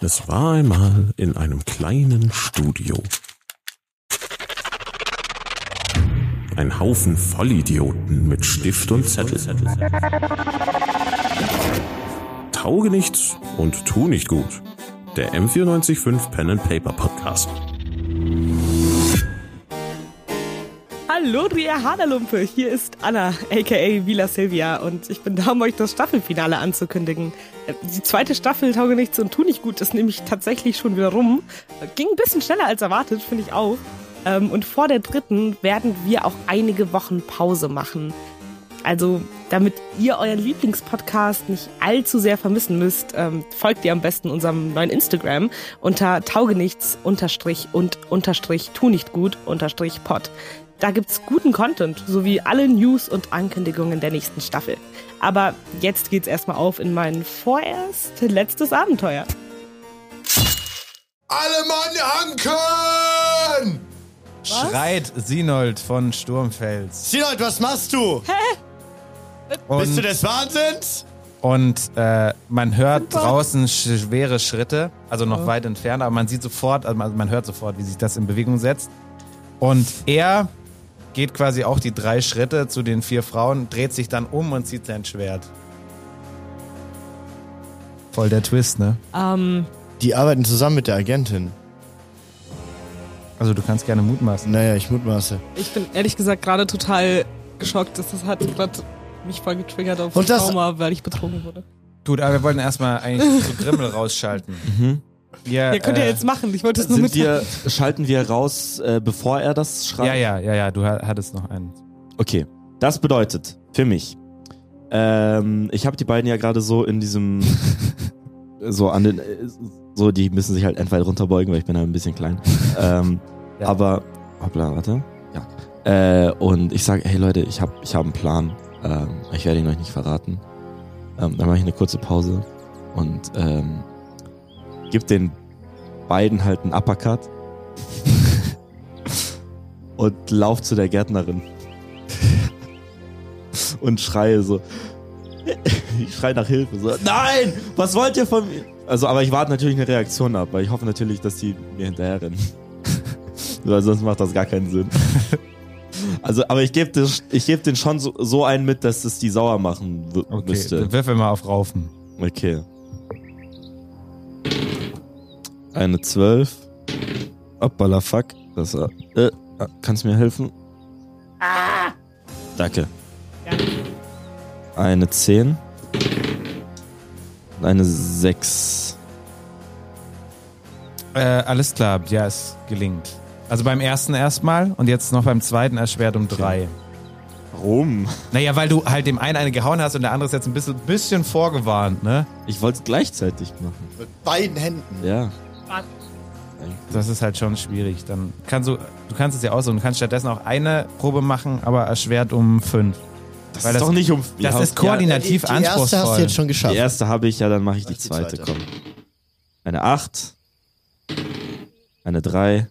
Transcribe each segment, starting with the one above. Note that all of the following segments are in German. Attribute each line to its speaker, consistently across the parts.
Speaker 1: Es war einmal in einem kleinen Studio. Ein Haufen Vollidioten mit Stift und Zettel. Tauge nichts und tu nicht gut. Der M945 Pen and Paper Podcast.
Speaker 2: Hallo, ihr Haderlumpe. Hier ist Anna, aka Vila Silvia, und ich bin da, um euch das Staffelfinale anzukündigen. Äh, Die zweite Staffel Tauge nichts und tu nicht gut ist nämlich tatsächlich schon wieder rum. Äh, Ging ein bisschen schneller als erwartet, finde ich auch. Ähm, Und vor der dritten werden wir auch einige Wochen Pause machen. Also, damit ihr euren Lieblingspodcast nicht allzu sehr vermissen müsst, ähm, folgt ihr am besten unserem neuen Instagram unter taugenichts unterstrich und unterstrich tu nicht gut unterstrich pod. Da gibt's guten Content sowie alle News und Ankündigungen der nächsten Staffel. Aber jetzt geht's erstmal auf in mein vorerst letztes Abenteuer.
Speaker 3: Alle Mann ankern!
Speaker 4: Schreit Sinold von Sturmfels.
Speaker 3: Sinold, was machst du? Bist du
Speaker 4: Und,
Speaker 3: des Wahnsinns?
Speaker 4: und äh, man hört draußen sch- schwere Schritte, also
Speaker 5: Oh.
Speaker 4: noch weit entfernt, aber man sieht sofort, also man man hört sofort, wie sich das in Bewegung setzt. Und er geht quasi auch die drei Schritte zu den vier Frauen, dreht sich dann um und zieht sein Schwert. Voll der Twist, ne?
Speaker 2: Ähm,
Speaker 6: Die arbeiten zusammen mit der Agentin.
Speaker 4: Also du kannst gerne mutmaßen.
Speaker 6: Naja, ich mutmaße.
Speaker 5: Ich bin ehrlich gesagt gerade total geschockt, dass das hat gerade mich voll getriggert auf
Speaker 6: Und das-
Speaker 5: Trauma, weil ich betrogen wurde.
Speaker 4: Gut, aber wir wollten erstmal eigentlich zu Grimmel rausschalten.
Speaker 5: Ja, könnt ihr
Speaker 4: äh,
Speaker 5: jetzt machen. Ich wollte es nur
Speaker 7: Sind
Speaker 5: mit.
Speaker 7: wir, schalten wir raus, äh, bevor er das schreibt?
Speaker 4: Ja, ja, ja, ja, du ha- hattest noch einen.
Speaker 7: Okay, das bedeutet für mich, ähm, ich habe die beiden ja gerade so in diesem, so an den, äh, so die müssen sich halt entweder runterbeugen, weil ich bin halt ein bisschen klein. ähm,
Speaker 4: Ja.
Speaker 7: Aber, hoppla, warte. Ja. Äh, und ich sage, hey Leute, ich habe ich hab einen Plan. Ähm, ich werde ihn euch nicht verraten. Ähm, dann mache ich eine kurze Pause und ähm, gib den beiden halt einen Uppercut und lauf zu der Gärtnerin und schreie so. Ich schreie nach Hilfe. So, Nein! Was wollt ihr von mir? Also, aber ich warte natürlich eine Reaktion ab, weil ich hoffe natürlich, dass die mir hinterher rennen. weil sonst macht das gar keinen Sinn. Also, aber ich gebe geb den schon so, so einen mit, dass es die sauer machen w-
Speaker 4: Okay,
Speaker 7: müsste.
Speaker 4: dann würfel mal auf Raufen.
Speaker 7: Okay. Eine 12. Hoppala, fuck. Das, äh, äh, kannst du mir helfen? Danke. Eine 10. Und eine 6.
Speaker 4: Äh, alles klar, ja, es gelingt. Also beim ersten erstmal und jetzt noch beim zweiten erschwert um drei.
Speaker 7: Warum?
Speaker 4: Naja, weil du halt dem einen eine gehauen hast und der andere ist jetzt ein bisschen, bisschen vorgewarnt, ne?
Speaker 7: Ich wollte es gleichzeitig machen.
Speaker 6: Mit beiden Händen.
Speaker 7: Ja.
Speaker 4: Das ist halt schon schwierig. Dann kannst du, du kannst es ja aussuchen, du kannst stattdessen auch eine Probe machen, aber erschwert um fünf.
Speaker 7: Das
Speaker 4: Weil
Speaker 7: ist
Speaker 4: das-
Speaker 7: doch nicht um.
Speaker 4: Das
Speaker 7: Ja,
Speaker 4: ist koordinativ
Speaker 6: die, die erste hast du
Speaker 4: anspruchsvoll.
Speaker 6: jetzt schon
Speaker 7: Die
Speaker 6: geschafft.
Speaker 7: erste habe ich, ja, dann mache ich die
Speaker 6: Ach, die
Speaker 7: zweite.
Speaker 6: zweite.
Speaker 7: Komm. Eine 8. Eine 3.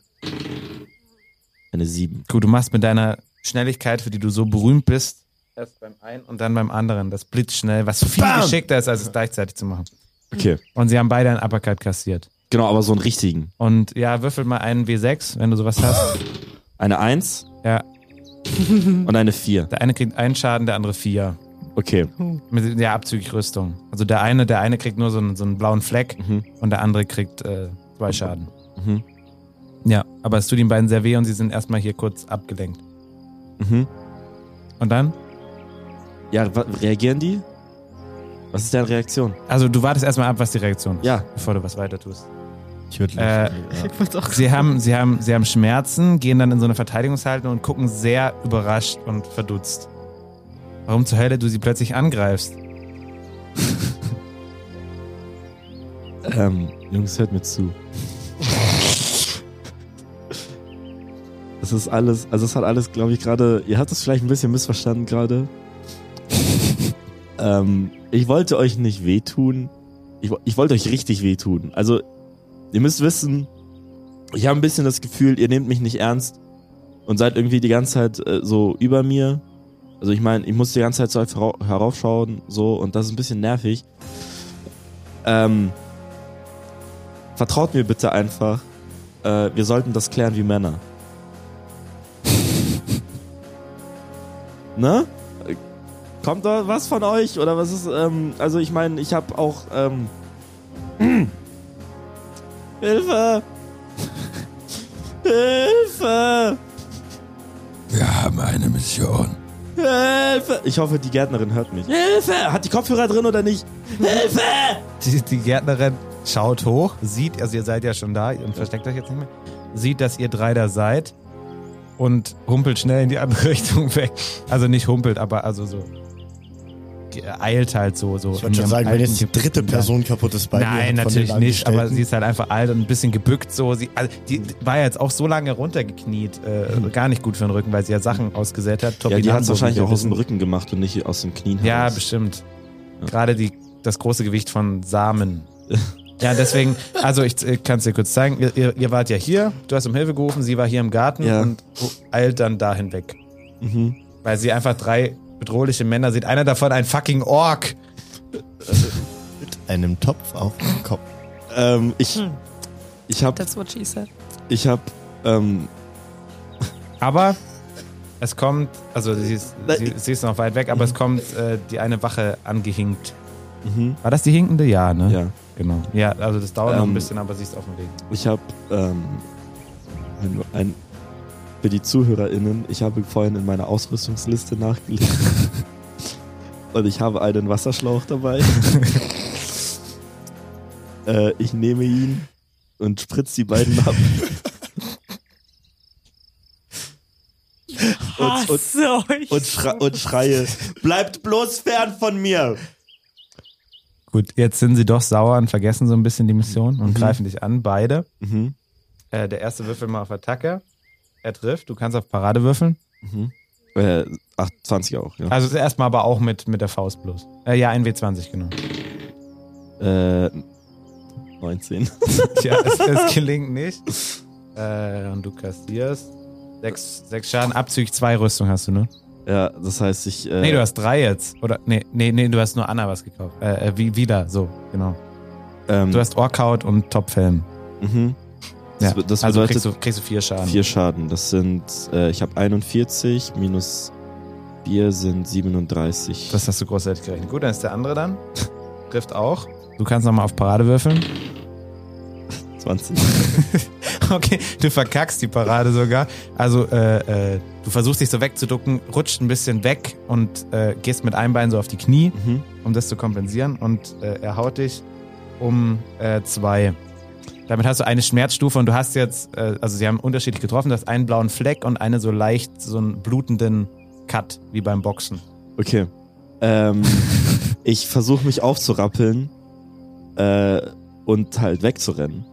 Speaker 7: Eine 7.
Speaker 4: Gut, du machst mit deiner Schnelligkeit, für die du so berühmt bist, erst beim einen und dann beim anderen. Das blitzschnell, was viel
Speaker 7: Bam!
Speaker 4: geschickter ist, als es gleichzeitig zu machen.
Speaker 7: Okay.
Speaker 4: Und sie haben beide einen Uppercut kassiert.
Speaker 7: Genau, aber so einen richtigen.
Speaker 4: Und ja, würfel mal einen W6, wenn du sowas hast.
Speaker 7: Eine 1
Speaker 4: Ja,
Speaker 7: und eine 4.
Speaker 4: der eine kriegt einen Schaden, der andere vier.
Speaker 7: Okay.
Speaker 4: Mit der abzügig Rüstung. Also der eine, der eine kriegt nur so einen, so einen blauen Fleck
Speaker 7: Mhm.
Speaker 4: und der andere kriegt äh, zwei Schaden.
Speaker 7: Mhm.
Speaker 4: Ja, aber es tut den beiden sehr weh und sie sind erstmal hier kurz abgelenkt.
Speaker 7: Mhm.
Speaker 4: Und dann?
Speaker 7: Ja, wa- reagieren die? Was ist deren Reaktion?
Speaker 4: Also du wartest erstmal ab, was die Reaktion ist,
Speaker 7: Ja.
Speaker 4: bevor du was weiter tust.
Speaker 6: Ich würde
Speaker 4: Äh, sie, haben, sie, haben, sie haben Schmerzen, gehen dann in so eine Verteidigungshaltung und gucken sehr überrascht und verdutzt. Warum zur Hölle du sie plötzlich angreifst?
Speaker 7: Ähm, Jungs, hört mir zu. Das ist alles, also es hat alles, glaube ich, gerade, ihr habt es vielleicht ein bisschen missverstanden gerade. ähm, ich wollte euch nicht wehtun. Ich, wo- ich wollte euch richtig wehtun. Also, ihr müsst wissen, ich habe ein bisschen das Gefühl, ihr nehmt mich nicht ernst und seid irgendwie die ganze Zeit äh, so über mir. Also ich meine, ich muss die ganze Zeit so hera- heraufschauen, so, und das ist ein bisschen nervig. Ähm, vertraut mir bitte einfach. Äh, wir sollten das klären wie Männer. ne? Äh, Kommt da was von euch? Oder was ist, ähm, also ich meine, ich habe auch, ähm, Hilfe! Hilfe!
Speaker 8: Wir haben eine Mission.
Speaker 7: Hilfe! Ich hoffe, die Gärtnerin hört mich. Hilfe! Hat die Kopfhörer drin oder nicht? Hilfe!
Speaker 4: Die, die Gärtnerin schaut hoch, sieht, also ihr seid ja schon da und versteckt euch jetzt nicht mehr, sieht, dass ihr drei da seid und humpelt schnell in die andere Richtung weg. Also nicht humpelt, aber also so ge- eilt halt so. so
Speaker 9: Ich wollte schon sagen, wenn jetzt die dritte Person kaputt ist bei dir
Speaker 4: Nein,
Speaker 9: von den
Speaker 4: natürlich nicht, aber
Speaker 9: Angestellten.
Speaker 4: sie ist halt einfach alt und ein bisschen gebückt so. Sie, also die war ja jetzt auch so lange runtergekniet, äh,
Speaker 9: Hm.
Speaker 4: gar nicht gut für den Rücken, weil sie ja Sachen ausgesät hat.
Speaker 7: Ja, die hat
Speaker 4: Topinambo,
Speaker 7: es wahrscheinlich
Speaker 4: wie wir
Speaker 7: auch aus dem
Speaker 4: wissen.
Speaker 7: Rücken gemacht und nicht aus den Knien.
Speaker 4: Ja,
Speaker 7: heraus.
Speaker 4: bestimmt. Gerade die, das große Gewicht von Samen. Ja, deswegen, also ich kann es dir kurz zeigen. Ihr- Ihr, ihr wart ja hier, du hast um Hilfe gerufen, sie war hier im Garten
Speaker 7: Ja.
Speaker 4: und eilt dann dahin weg.
Speaker 7: Mhm.
Speaker 4: Weil sie einfach drei bedrohliche Männer sieht. Einer davon ein fucking Ork.
Speaker 9: Einem Topf auf dem Kopf.
Speaker 7: Ähm, ich, ich hab,
Speaker 2: That's what she said.
Speaker 7: ich hab, ähm,
Speaker 4: Aber es kommt, also sie ist,
Speaker 7: Na,
Speaker 4: sie, sie ist noch weit weg, aber es kommt äh, die eine Wache angehinkt.
Speaker 7: mhm.
Speaker 4: War das die hinkende? Ja, ne?
Speaker 7: ja,
Speaker 4: Genau. Ja, also das dauert noch ein
Speaker 7: Ähm,
Speaker 4: bisschen, aber sie ist auf dem Weg.
Speaker 7: ich hab, ähm, ein, ein, für die ZuhörerInnen, ich habe vorhin in meiner Ausrüstungsliste nachgelesen. und ich habe einen Wasserschlauch dabei. äh, ich nehme ihn und spritze die beiden ab. und, und,
Speaker 10: So, ich
Speaker 7: und, schre und schreie, bleibt bloß fern von mir!
Speaker 4: Gut, jetzt sind sie doch sauer und vergessen so ein bisschen die Mission und greifen dich an, beide.
Speaker 7: Mhm.
Speaker 4: Äh, der erste Würfel mal auf Attacke. Er trifft, du kannst auf Parade würfeln.
Speaker 7: Äh, ach, 20 auch, ja.
Speaker 4: Also erstmal aber auch mit, mit der Faust bloß. Äh, ja, ein W20, genau.
Speaker 7: Äh, 19.
Speaker 4: Tja, es, es gelingt nicht. Äh, und du kassierst. Sechs, sechs Schaden, Abzüglich zwei Rüstung hast du, ne?
Speaker 7: Ja, das heißt, ich. Äh,
Speaker 4: Nee, du hast drei jetzt. Oder, nee, nee, nee, du hast nur Anna was gekauft. Äh, äh, wie, wieder, so, genau.
Speaker 7: ähm,
Speaker 4: Du hast Orkhaut und Topfhelm.
Speaker 7: Mhm. Das,
Speaker 4: Ja,
Speaker 7: be- das
Speaker 4: also
Speaker 7: bedeutet
Speaker 4: kriegst du, kriegst du vier Schaden.
Speaker 7: vier Schaden. Das sind. Äh, ich habe 41 minus 4 sind 37.
Speaker 4: Das hast du großartig gerechnet. Gut, dann ist der andere dann. Trifft auch. Du kannst nochmal auf Parade würfeln.
Speaker 7: 20.
Speaker 4: Okay, du verkackst die Parade sogar. Also, äh, äh, du versuchst dich so wegzuducken, rutscht ein bisschen weg und äh, gehst mit einem Bein so auf die Knie,
Speaker 7: Mhm.
Speaker 4: um das zu kompensieren. Und äh, er haut dich um äh, zwei. Damit hast du eine Schmerzstufe und du hast jetzt, äh, also sie haben unterschiedlich getroffen, du hast einen blauen Fleck und eine so leicht, so einen blutenden Cut, wie beim Boxen.
Speaker 7: Okay. Ähm, ich versuche mich aufzurappeln äh, und halt wegzurennen.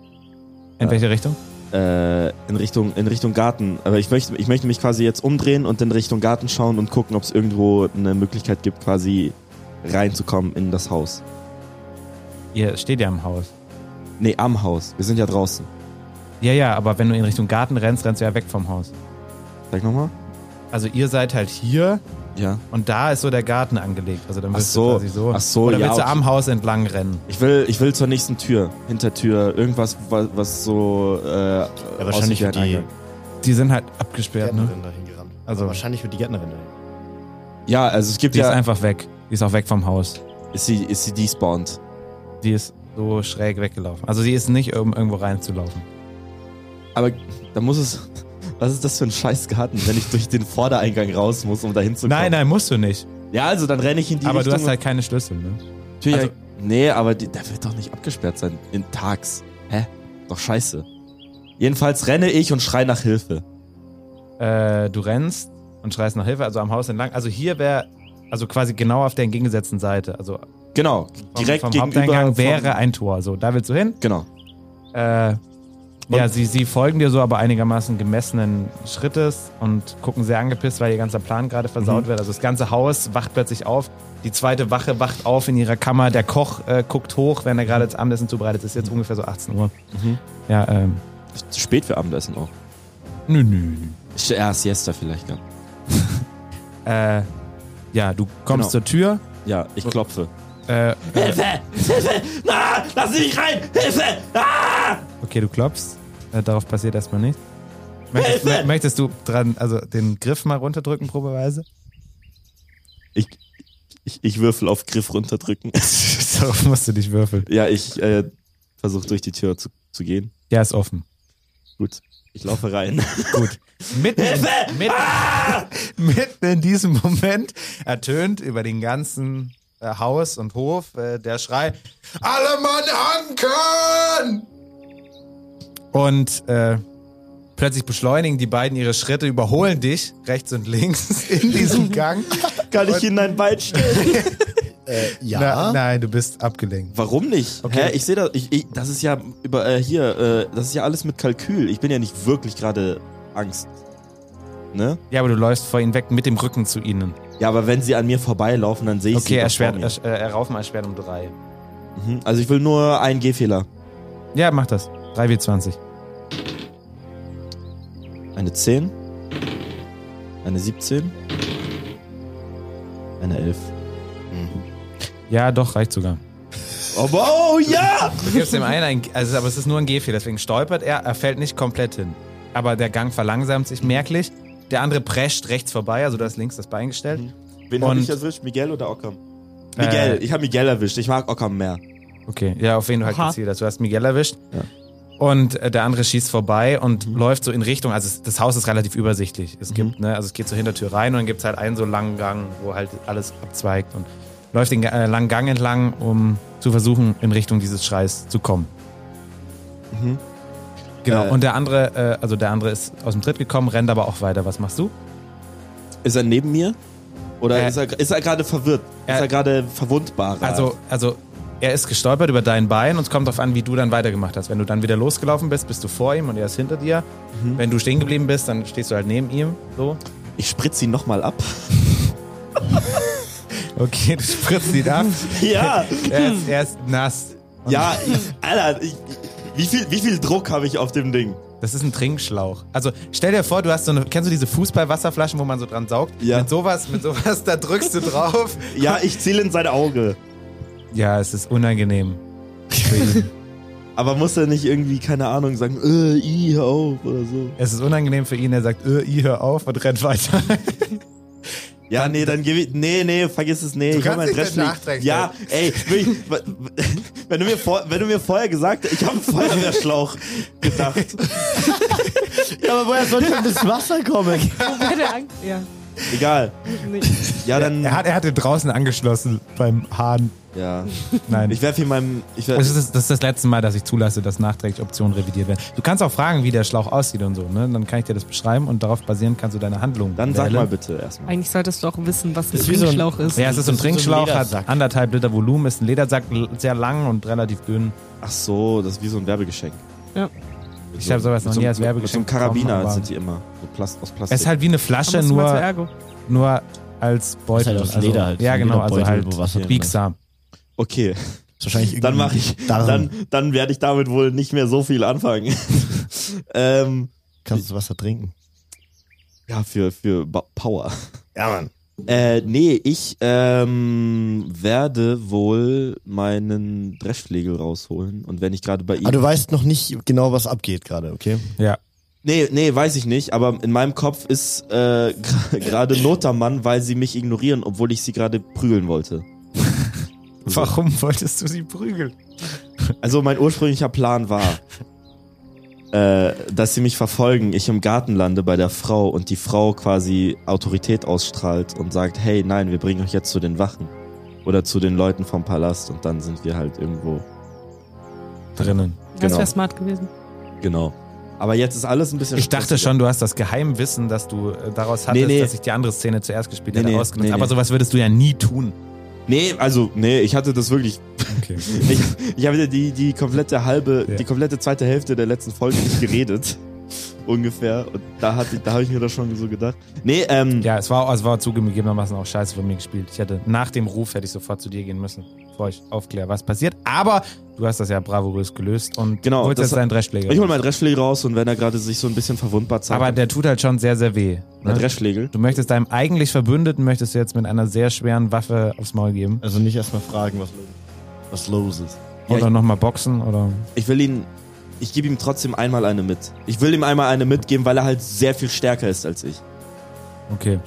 Speaker 4: In
Speaker 7: Ja.
Speaker 4: welche Richtung?
Speaker 7: Äh, in Richtung in Richtung Garten. Aber ich möchte ich möchte mich quasi jetzt umdrehen und in Richtung Garten schauen und gucken, ob es irgendwo eine Möglichkeit gibt, quasi reinzukommen in das Haus.
Speaker 4: Ihr steht ja im Haus.
Speaker 7: Nee, am Haus. Wir sind ja draußen.
Speaker 4: Ja, ja, aber wenn du in Richtung Garten rennst, rennst du ja weg vom Haus.
Speaker 7: Sag nochmal.
Speaker 4: Also ihr seid halt hier
Speaker 7: Ja.
Speaker 4: und da ist so der Garten angelegt. Also dann
Speaker 7: Ach
Speaker 4: wirst
Speaker 7: so.
Speaker 4: du quasi so.
Speaker 7: Ach so,
Speaker 4: Oder
Speaker 7: ja,
Speaker 4: willst du
Speaker 7: okay.
Speaker 4: am Haus entlang rennen?
Speaker 7: Ich will, ich will zur nächsten Tür, Hintertür, irgendwas, was, was so. Äh,
Speaker 9: Ja, wahrscheinlich wird
Speaker 7: aussieht wie ein
Speaker 9: die
Speaker 7: Eingang.
Speaker 4: Die sind halt abgesperrt, ne?
Speaker 9: Gärtnerin dahin gerannt.
Speaker 4: Also-
Speaker 9: Also wahrscheinlich wird die Gärtnerin dahin.
Speaker 7: Ja, also es gibt
Speaker 4: Die ist
Speaker 7: ja.
Speaker 4: einfach weg. Die ist auch weg vom Haus.
Speaker 7: Ist sie, ist sie despawned?
Speaker 4: Die ist so schräg weggelaufen. Also sie ist nicht, um irgendwo reinzulaufen.
Speaker 7: Aber da muss es. Was ist das für ein scheiß Garten, wenn ich durch den Vordereingang raus muss, um da hinzukommen?
Speaker 4: Nein, nein, musst du nicht.
Speaker 7: Ja, also dann renne ich in die
Speaker 4: aber
Speaker 7: Richtung.
Speaker 4: du hast halt keine Schlüssel, ne?
Speaker 7: Natürlich,
Speaker 4: also-
Speaker 7: nee, aber die, der wird doch nicht abgesperrt sein. In Tags. Hä? Doch scheiße. Jedenfalls renne ich und schrei nach Hilfe.
Speaker 4: Äh, du rennst und schreist nach Hilfe, also am Haus entlang. Also hier wäre, also quasi genau auf der entgegengesetzten Seite. Also vom,
Speaker 7: Genau. Direkt
Speaker 4: vom
Speaker 7: gegenüber.
Speaker 4: Haupteingang wäre
Speaker 7: Von,
Speaker 4: ein Tor. So, da willst du hin.
Speaker 7: genau.
Speaker 4: Äh, ja, sie, sie folgen dir so, aber einigermaßen gemessenen Schrittes und gucken sehr angepisst, weil ihr ganzer Plan gerade versaut wird. Also das ganze Haus wacht plötzlich auf. Die zweite Wache wacht auf in ihrer Kammer. Der Koch äh, guckt hoch, wenn er gerade das Abendessen zubereitet. Es ist jetzt ungefähr so 18 Uhr. Ja, ähm.
Speaker 7: Ist Zu spät für Abendessen auch.
Speaker 4: Nö, nö, nö.
Speaker 7: Ja, Siesta vielleicht, ja.
Speaker 4: Äh, ja, du kommst
Speaker 7: Genau.
Speaker 4: zur Tür.
Speaker 7: Ja, ich klopfe.
Speaker 4: Äh,
Speaker 7: Hilfe! Hilfe! Na, lass mich rein! Hilfe! Ah!
Speaker 4: okay, du klopfst. Äh, darauf passiert erstmal nichts. Möchtest, mö- möchtest du dran, also den Griff mal runterdrücken, probeweise?
Speaker 7: Ich, ich, ich würfel auf Griff runterdrücken.
Speaker 4: Darauf musst du dich würfeln.
Speaker 7: ja, ich äh, versuche durch die Tür zu, zu gehen.
Speaker 4: Ja, ist offen.
Speaker 7: Gut. Ich laufe rein.
Speaker 4: Mitten, in, mitten, Ah! mitten in diesem Moment ertönt über den ganzen äh, Haus und Hof äh, der Schrei.
Speaker 3: Alle Mann ankommen!
Speaker 4: Und äh, plötzlich beschleunigen die beiden ihre Schritte, überholen dich rechts und links in diesem Gang.
Speaker 7: Kann ich in dein Bein stellen?
Speaker 9: Äh, ja.
Speaker 4: Na, nein, du bist abgelenkt.
Speaker 7: Warum nicht? Hä? Ich sehe das. Ich, ich, das ist ja über äh, hier. Äh, das ist ja alles mit Kalkül. Ich bin ja nicht wirklich gerade Angst. Ne?
Speaker 4: Ja, aber du läufst vor ihnen weg mit dem Rücken zu ihnen.
Speaker 7: Ja, aber wenn sie an mir vorbeilaufen, dann sehe ich sie.
Speaker 4: Okay,
Speaker 7: doch
Speaker 4: erschwert,
Speaker 7: vor mir.
Speaker 4: ersch- äh, erraufen erschwert um drei.
Speaker 7: Mhm. Also ich will nur einen Gehfehler.
Speaker 4: Ja, mach das. 3W20.
Speaker 7: Eine 10. Eine 17. Eine 11.
Speaker 4: Ja, doch, reicht sogar.
Speaker 7: Oh, wow, ja!
Speaker 4: Du gibst dem einen ein, also, aber es ist nur ein Gehfehler, deswegen stolpert er, er fällt nicht komplett hin. Aber der Gang verlangsamt sich merklich. Der andere prescht rechts vorbei, also da ist links das Bein gestellt.
Speaker 7: Wen
Speaker 4: Und-
Speaker 7: habe ich erwischt? Miguel oder Ockham? Miguel.
Speaker 4: Äh,
Speaker 7: ich habe Miguel erwischt. Ich mag Ockham mehr.
Speaker 4: okay, ja, auf wen du halt
Speaker 10: Aha.
Speaker 4: gezielt hast. Du hast Miguel erwischt.
Speaker 7: Ja. Mhm.
Speaker 4: Und äh, der andere schießt vorbei und läuft so in Richtung, also es, das Haus ist relativ übersichtlich. Es gibt, ne, also es geht zur Hintertür rein und dann gibt's halt einen so langen Gang, wo halt alles abzweigt und läuft den äh, langen Gang entlang, um zu versuchen, in Richtung dieses Schreis zu kommen. Genau.
Speaker 7: Mhm. Äh,
Speaker 4: und der andere, äh, also der andere ist aus dem Tritt gekommen, rennt aber auch weiter. Was machst du?
Speaker 7: Ist er neben mir? Oder
Speaker 4: Äh,
Speaker 7: ist er, ist er gerade verwirrt?
Speaker 4: äh,
Speaker 7: ist er gerade verwundbarer?
Speaker 4: Also, also er ist gestolpert über dein Bein und es kommt darauf an, wie du dann weitergemacht hast. Wenn du dann wieder losgelaufen bist, bist du vor ihm und er ist hinter dir. Wenn du stehen geblieben bist, dann stehst du halt neben ihm. So.
Speaker 7: ich spritze ihn nochmal ab.
Speaker 4: Okay, du spritzt ihn ab.
Speaker 7: ja!
Speaker 4: Er ist, er ist nass. Und
Speaker 7: Ja, ich, Alter, ich, wie, viel, wie viel Druck habe ich auf dem Ding?
Speaker 4: Das ist ein Trinkschlauch. Also stell dir vor, du hast so eine, kennst du diese Fußballwasserflaschen, wo man so dran saugt?
Speaker 7: Ja.
Speaker 4: Mit sowas, mit sowas, da drückst du drauf.
Speaker 7: Ja, ich ziele in sein Auge.
Speaker 4: Ja, es ist unangenehm. Für ihn.
Speaker 7: Aber muss er nicht irgendwie, keine Ahnung, sagen, äh, i, hör auf oder so?
Speaker 4: Es ist unangenehm für ihn, er sagt, äh, ich hör auf und rennt weiter.
Speaker 7: Ja, nee, dann gebe ich. Nee, nee, vergiss es, nee. ich
Speaker 4: kannst
Speaker 7: hab meinen
Speaker 4: nicht
Speaker 7: Dress
Speaker 4: mehr
Speaker 7: nicht.
Speaker 4: nachträglich.
Speaker 7: Ja, ey, wirklich, wa- wenn du mir, vor, wenn du mir vorher gesagt hättest, ich habe einen Feuerwehrschlauch gedacht.
Speaker 9: Ja, aber woher soll denn das Wasser kommen?
Speaker 2: Keine Angst. Ja.
Speaker 7: Egal. Ja, dann.
Speaker 4: er, hat, er hat den draußen angeschlossen beim Hahn.
Speaker 7: Ja.
Speaker 4: Nein.
Speaker 7: Ich werfe ihm meinem. Ich
Speaker 4: das,
Speaker 7: werf,
Speaker 4: ist das, das ist das letzte Mal, dass ich zulasse, dass nachträglich Optionen revidiert werden. Du kannst auch fragen, wie der Schlauch aussieht und so, ne? Dann kann ich dir das beschreiben und darauf basierend kannst du deine Handlung.
Speaker 7: dann sag
Speaker 4: wählen.
Speaker 7: mal bitte erstmal.
Speaker 2: Eigentlich solltest du auch wissen, was ein
Speaker 9: Ist wie so ein-
Speaker 2: Trinkschlauch ist.
Speaker 4: Ja, es ist so
Speaker 9: Das
Speaker 4: ein
Speaker 9: ist so ein
Speaker 4: Trinkschlauch, hat
Speaker 9: Ledersack.
Speaker 4: anderthalb Liter Volumen, ist ein Ledersack, l- sehr lang und relativ dünn.
Speaker 7: Ach so, das ist wie so ein Werbegeschenk.
Speaker 2: Ja.
Speaker 7: Mit
Speaker 4: Ich
Speaker 7: so-
Speaker 4: hab sowas
Speaker 7: mit
Speaker 4: noch
Speaker 7: so
Speaker 4: nie
Speaker 7: einem-
Speaker 4: als Werbegeschenk
Speaker 7: Mit so einem Karabiner
Speaker 4: bekommen, aber-
Speaker 7: sind die immer. So Plast aus Plastik.
Speaker 4: Es ist halt wie eine Flasche,
Speaker 2: Kommst du mal zu
Speaker 4: nur,
Speaker 2: Ergo?
Speaker 4: nur als
Speaker 9: Ist
Speaker 4: Beutel.
Speaker 9: halt aus Leder halt.
Speaker 4: also, ja,
Speaker 9: Ein
Speaker 4: genau, also
Speaker 9: Lederbeutel,
Speaker 4: halt
Speaker 9: wo Wasser drin ist.
Speaker 4: biegsam.
Speaker 7: okay,
Speaker 9: Ist wahrscheinlich
Speaker 7: dann
Speaker 9: irgendwie
Speaker 7: mache ich.
Speaker 4: Oh.
Speaker 9: Darm.
Speaker 7: Dann, dann werde ich damit wohl nicht mehr so viel anfangen. ähm,
Speaker 9: Kannst du Wasser trinken?
Speaker 7: ja, für, für Ba- Power.
Speaker 9: Ja, Mann.
Speaker 7: Äh, nee, ich ähm, werde wohl meinen Dreschflegel rausholen. Und wenn ich gerade bei ihm.
Speaker 6: Ah,
Speaker 9: Aber Ah, du weißt noch nicht genau, was abgeht gerade, okay?
Speaker 4: Ja.
Speaker 7: nee, nee, weiß ich nicht, aber in meinem Kopf ist äh, gra- gerade Notermann, weil sie mich ignorieren, obwohl ich sie gerade prügeln wollte.
Speaker 4: Warum wolltest du sie prügeln?
Speaker 7: Also mein ursprünglicher Plan war, äh, dass sie mich verfolgen, ich im Garten lande bei der Frau und die Frau quasi Autorität ausstrahlt und sagt, hey, nein, wir bringen euch jetzt zu den Wachen oder zu den Leuten vom Palast und dann sind wir halt irgendwo.
Speaker 4: Drinnen.
Speaker 2: Das
Speaker 7: Genau.
Speaker 2: wäre smart gewesen.
Speaker 7: Genau. Aber jetzt ist alles ein bisschen.
Speaker 4: Ich dachte
Speaker 7: stressiger.
Speaker 4: schon, du hast das Geheimwissen, das du äh, daraus hattest,
Speaker 7: nee.
Speaker 4: dass ich die andere Szene zuerst gespielt
Speaker 7: Nee,
Speaker 4: hätte,
Speaker 7: nee,
Speaker 4: ausgenutzt.
Speaker 7: nee,
Speaker 4: Aber
Speaker 7: nee.
Speaker 4: sowas würdest du ja nie tun.
Speaker 7: Nee, also nee, ich hatte das wirklich.
Speaker 4: Okay.
Speaker 7: Ich, ich habe die die komplette halbe,
Speaker 4: Ja.
Speaker 7: die komplette zweite Hälfte der letzten Folge nicht geredet ungefähr und da hatte da habe ich mir das schon so gedacht. Nee, ähm,
Speaker 4: Ja, es war, es war zugegebenermaßen auch scheiße von mir gespielt. Ich hätte nach dem Ruf hätte ich sofort zu dir gehen müssen. aufklär, aufklär, was passiert. Aber du hast das ja bravourös gelöst und
Speaker 7: Genau,
Speaker 4: holst
Speaker 7: das-
Speaker 4: jetzt deinen Dreschschläger.
Speaker 7: Ich hol meinen Dreschschläger raus und wenn er gerade sich so ein bisschen verwundbar zeigt,
Speaker 4: Aber der tut halt schon sehr, sehr weh.
Speaker 7: der
Speaker 4: Ne?
Speaker 7: Dreschschlägel.
Speaker 4: Du möchtest deinem eigentlich Verbündeten, möchtest du jetzt mit einer sehr schweren Waffe aufs Maul geben.
Speaker 9: Also nicht erstmal fragen, was, lo- was los ist.
Speaker 7: Ja,
Speaker 4: Oder nochmal boxen oder...
Speaker 7: Ich will ihn, ich gebe ihm trotzdem einmal eine mit. Ich will ihm einmal eine mitgeben, weil er halt sehr viel stärker ist als ich.
Speaker 4: Okay,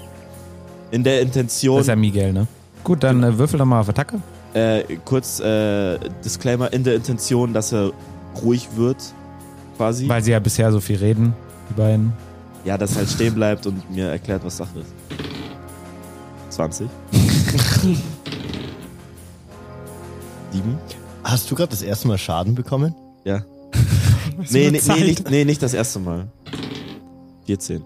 Speaker 7: In der
Speaker 4: das
Speaker 7: Intention,
Speaker 4: ist ja Miguel, ne? Gut, dann äh, würfel doch mal auf Attacke.
Speaker 7: äh, kurz äh, Disclaimer, in der Intention, dass er ruhig wird, quasi.
Speaker 4: Weil sie ja bisher so viel reden, die beiden.
Speaker 7: ja, dass er halt stehen bleibt und mir erklärt, was Sache ist. 20. 7.
Speaker 9: Hast du gerade das erste Mal Schaden bekommen?
Speaker 7: Ja. nee, nee, nee, nicht, nee, nicht das erste Mal. 14.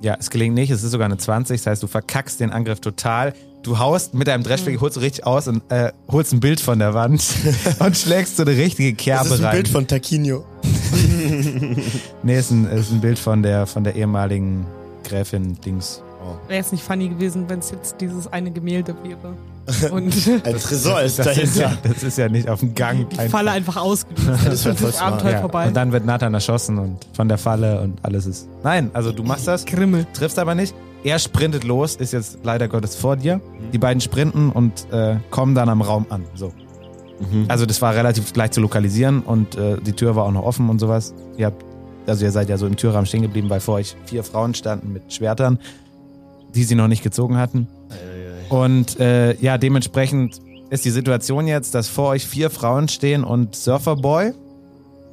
Speaker 4: Ja, es gelingt nicht. Es ist sogar eine 20. Das heißt, du verkackst den Angriff total. Du haust mit deinem
Speaker 6: Mhm.
Speaker 4: Dreschweg, holst du richtig aus und äh, holst ein Bild von der Wand und schlägst so eine richtige Kerbe
Speaker 6: Das ist ein
Speaker 4: rein.
Speaker 6: Bild von Taquinho.
Speaker 4: nee, ist ein, ist ein Bild von der, von der ehemaligen Gräfin Dings.
Speaker 2: Wäre es nicht funny gewesen, wenn es jetzt dieses eine Gemälde wäre. Und
Speaker 6: Ein Tresor ist
Speaker 4: Das ist, ja,
Speaker 6: dahinter.
Speaker 4: das ist ja nicht auf dem Gang.
Speaker 2: die
Speaker 4: einfach.
Speaker 2: Falle einfach ausgelöst.
Speaker 6: Das wär
Speaker 2: Dann ist
Speaker 6: voll
Speaker 2: das
Speaker 6: smart.
Speaker 2: Abenteuer
Speaker 4: ja.
Speaker 2: vorbei.
Speaker 4: Und dann wird Nathan erschossen und von der Falle und alles ist. Nein, also du machst das.
Speaker 2: Grimmel.
Speaker 4: triffst aber nicht. Er sprintet los, ist jetzt leider Gottes vor dir. Die beiden sprinten und äh, kommen dann am Raum an. So. Also das war relativ leicht zu lokalisieren und äh, die Tür war auch noch offen und sowas. Ihr habt, also ihr seid ja so im Türrahmen stehen geblieben, weil vor euch vier Frauen standen mit Schwertern, die sie noch nicht gezogen hatten. Und äh, ja, dementsprechend ist die Situation jetzt, dass vor euch vier Frauen stehen und Surferboy.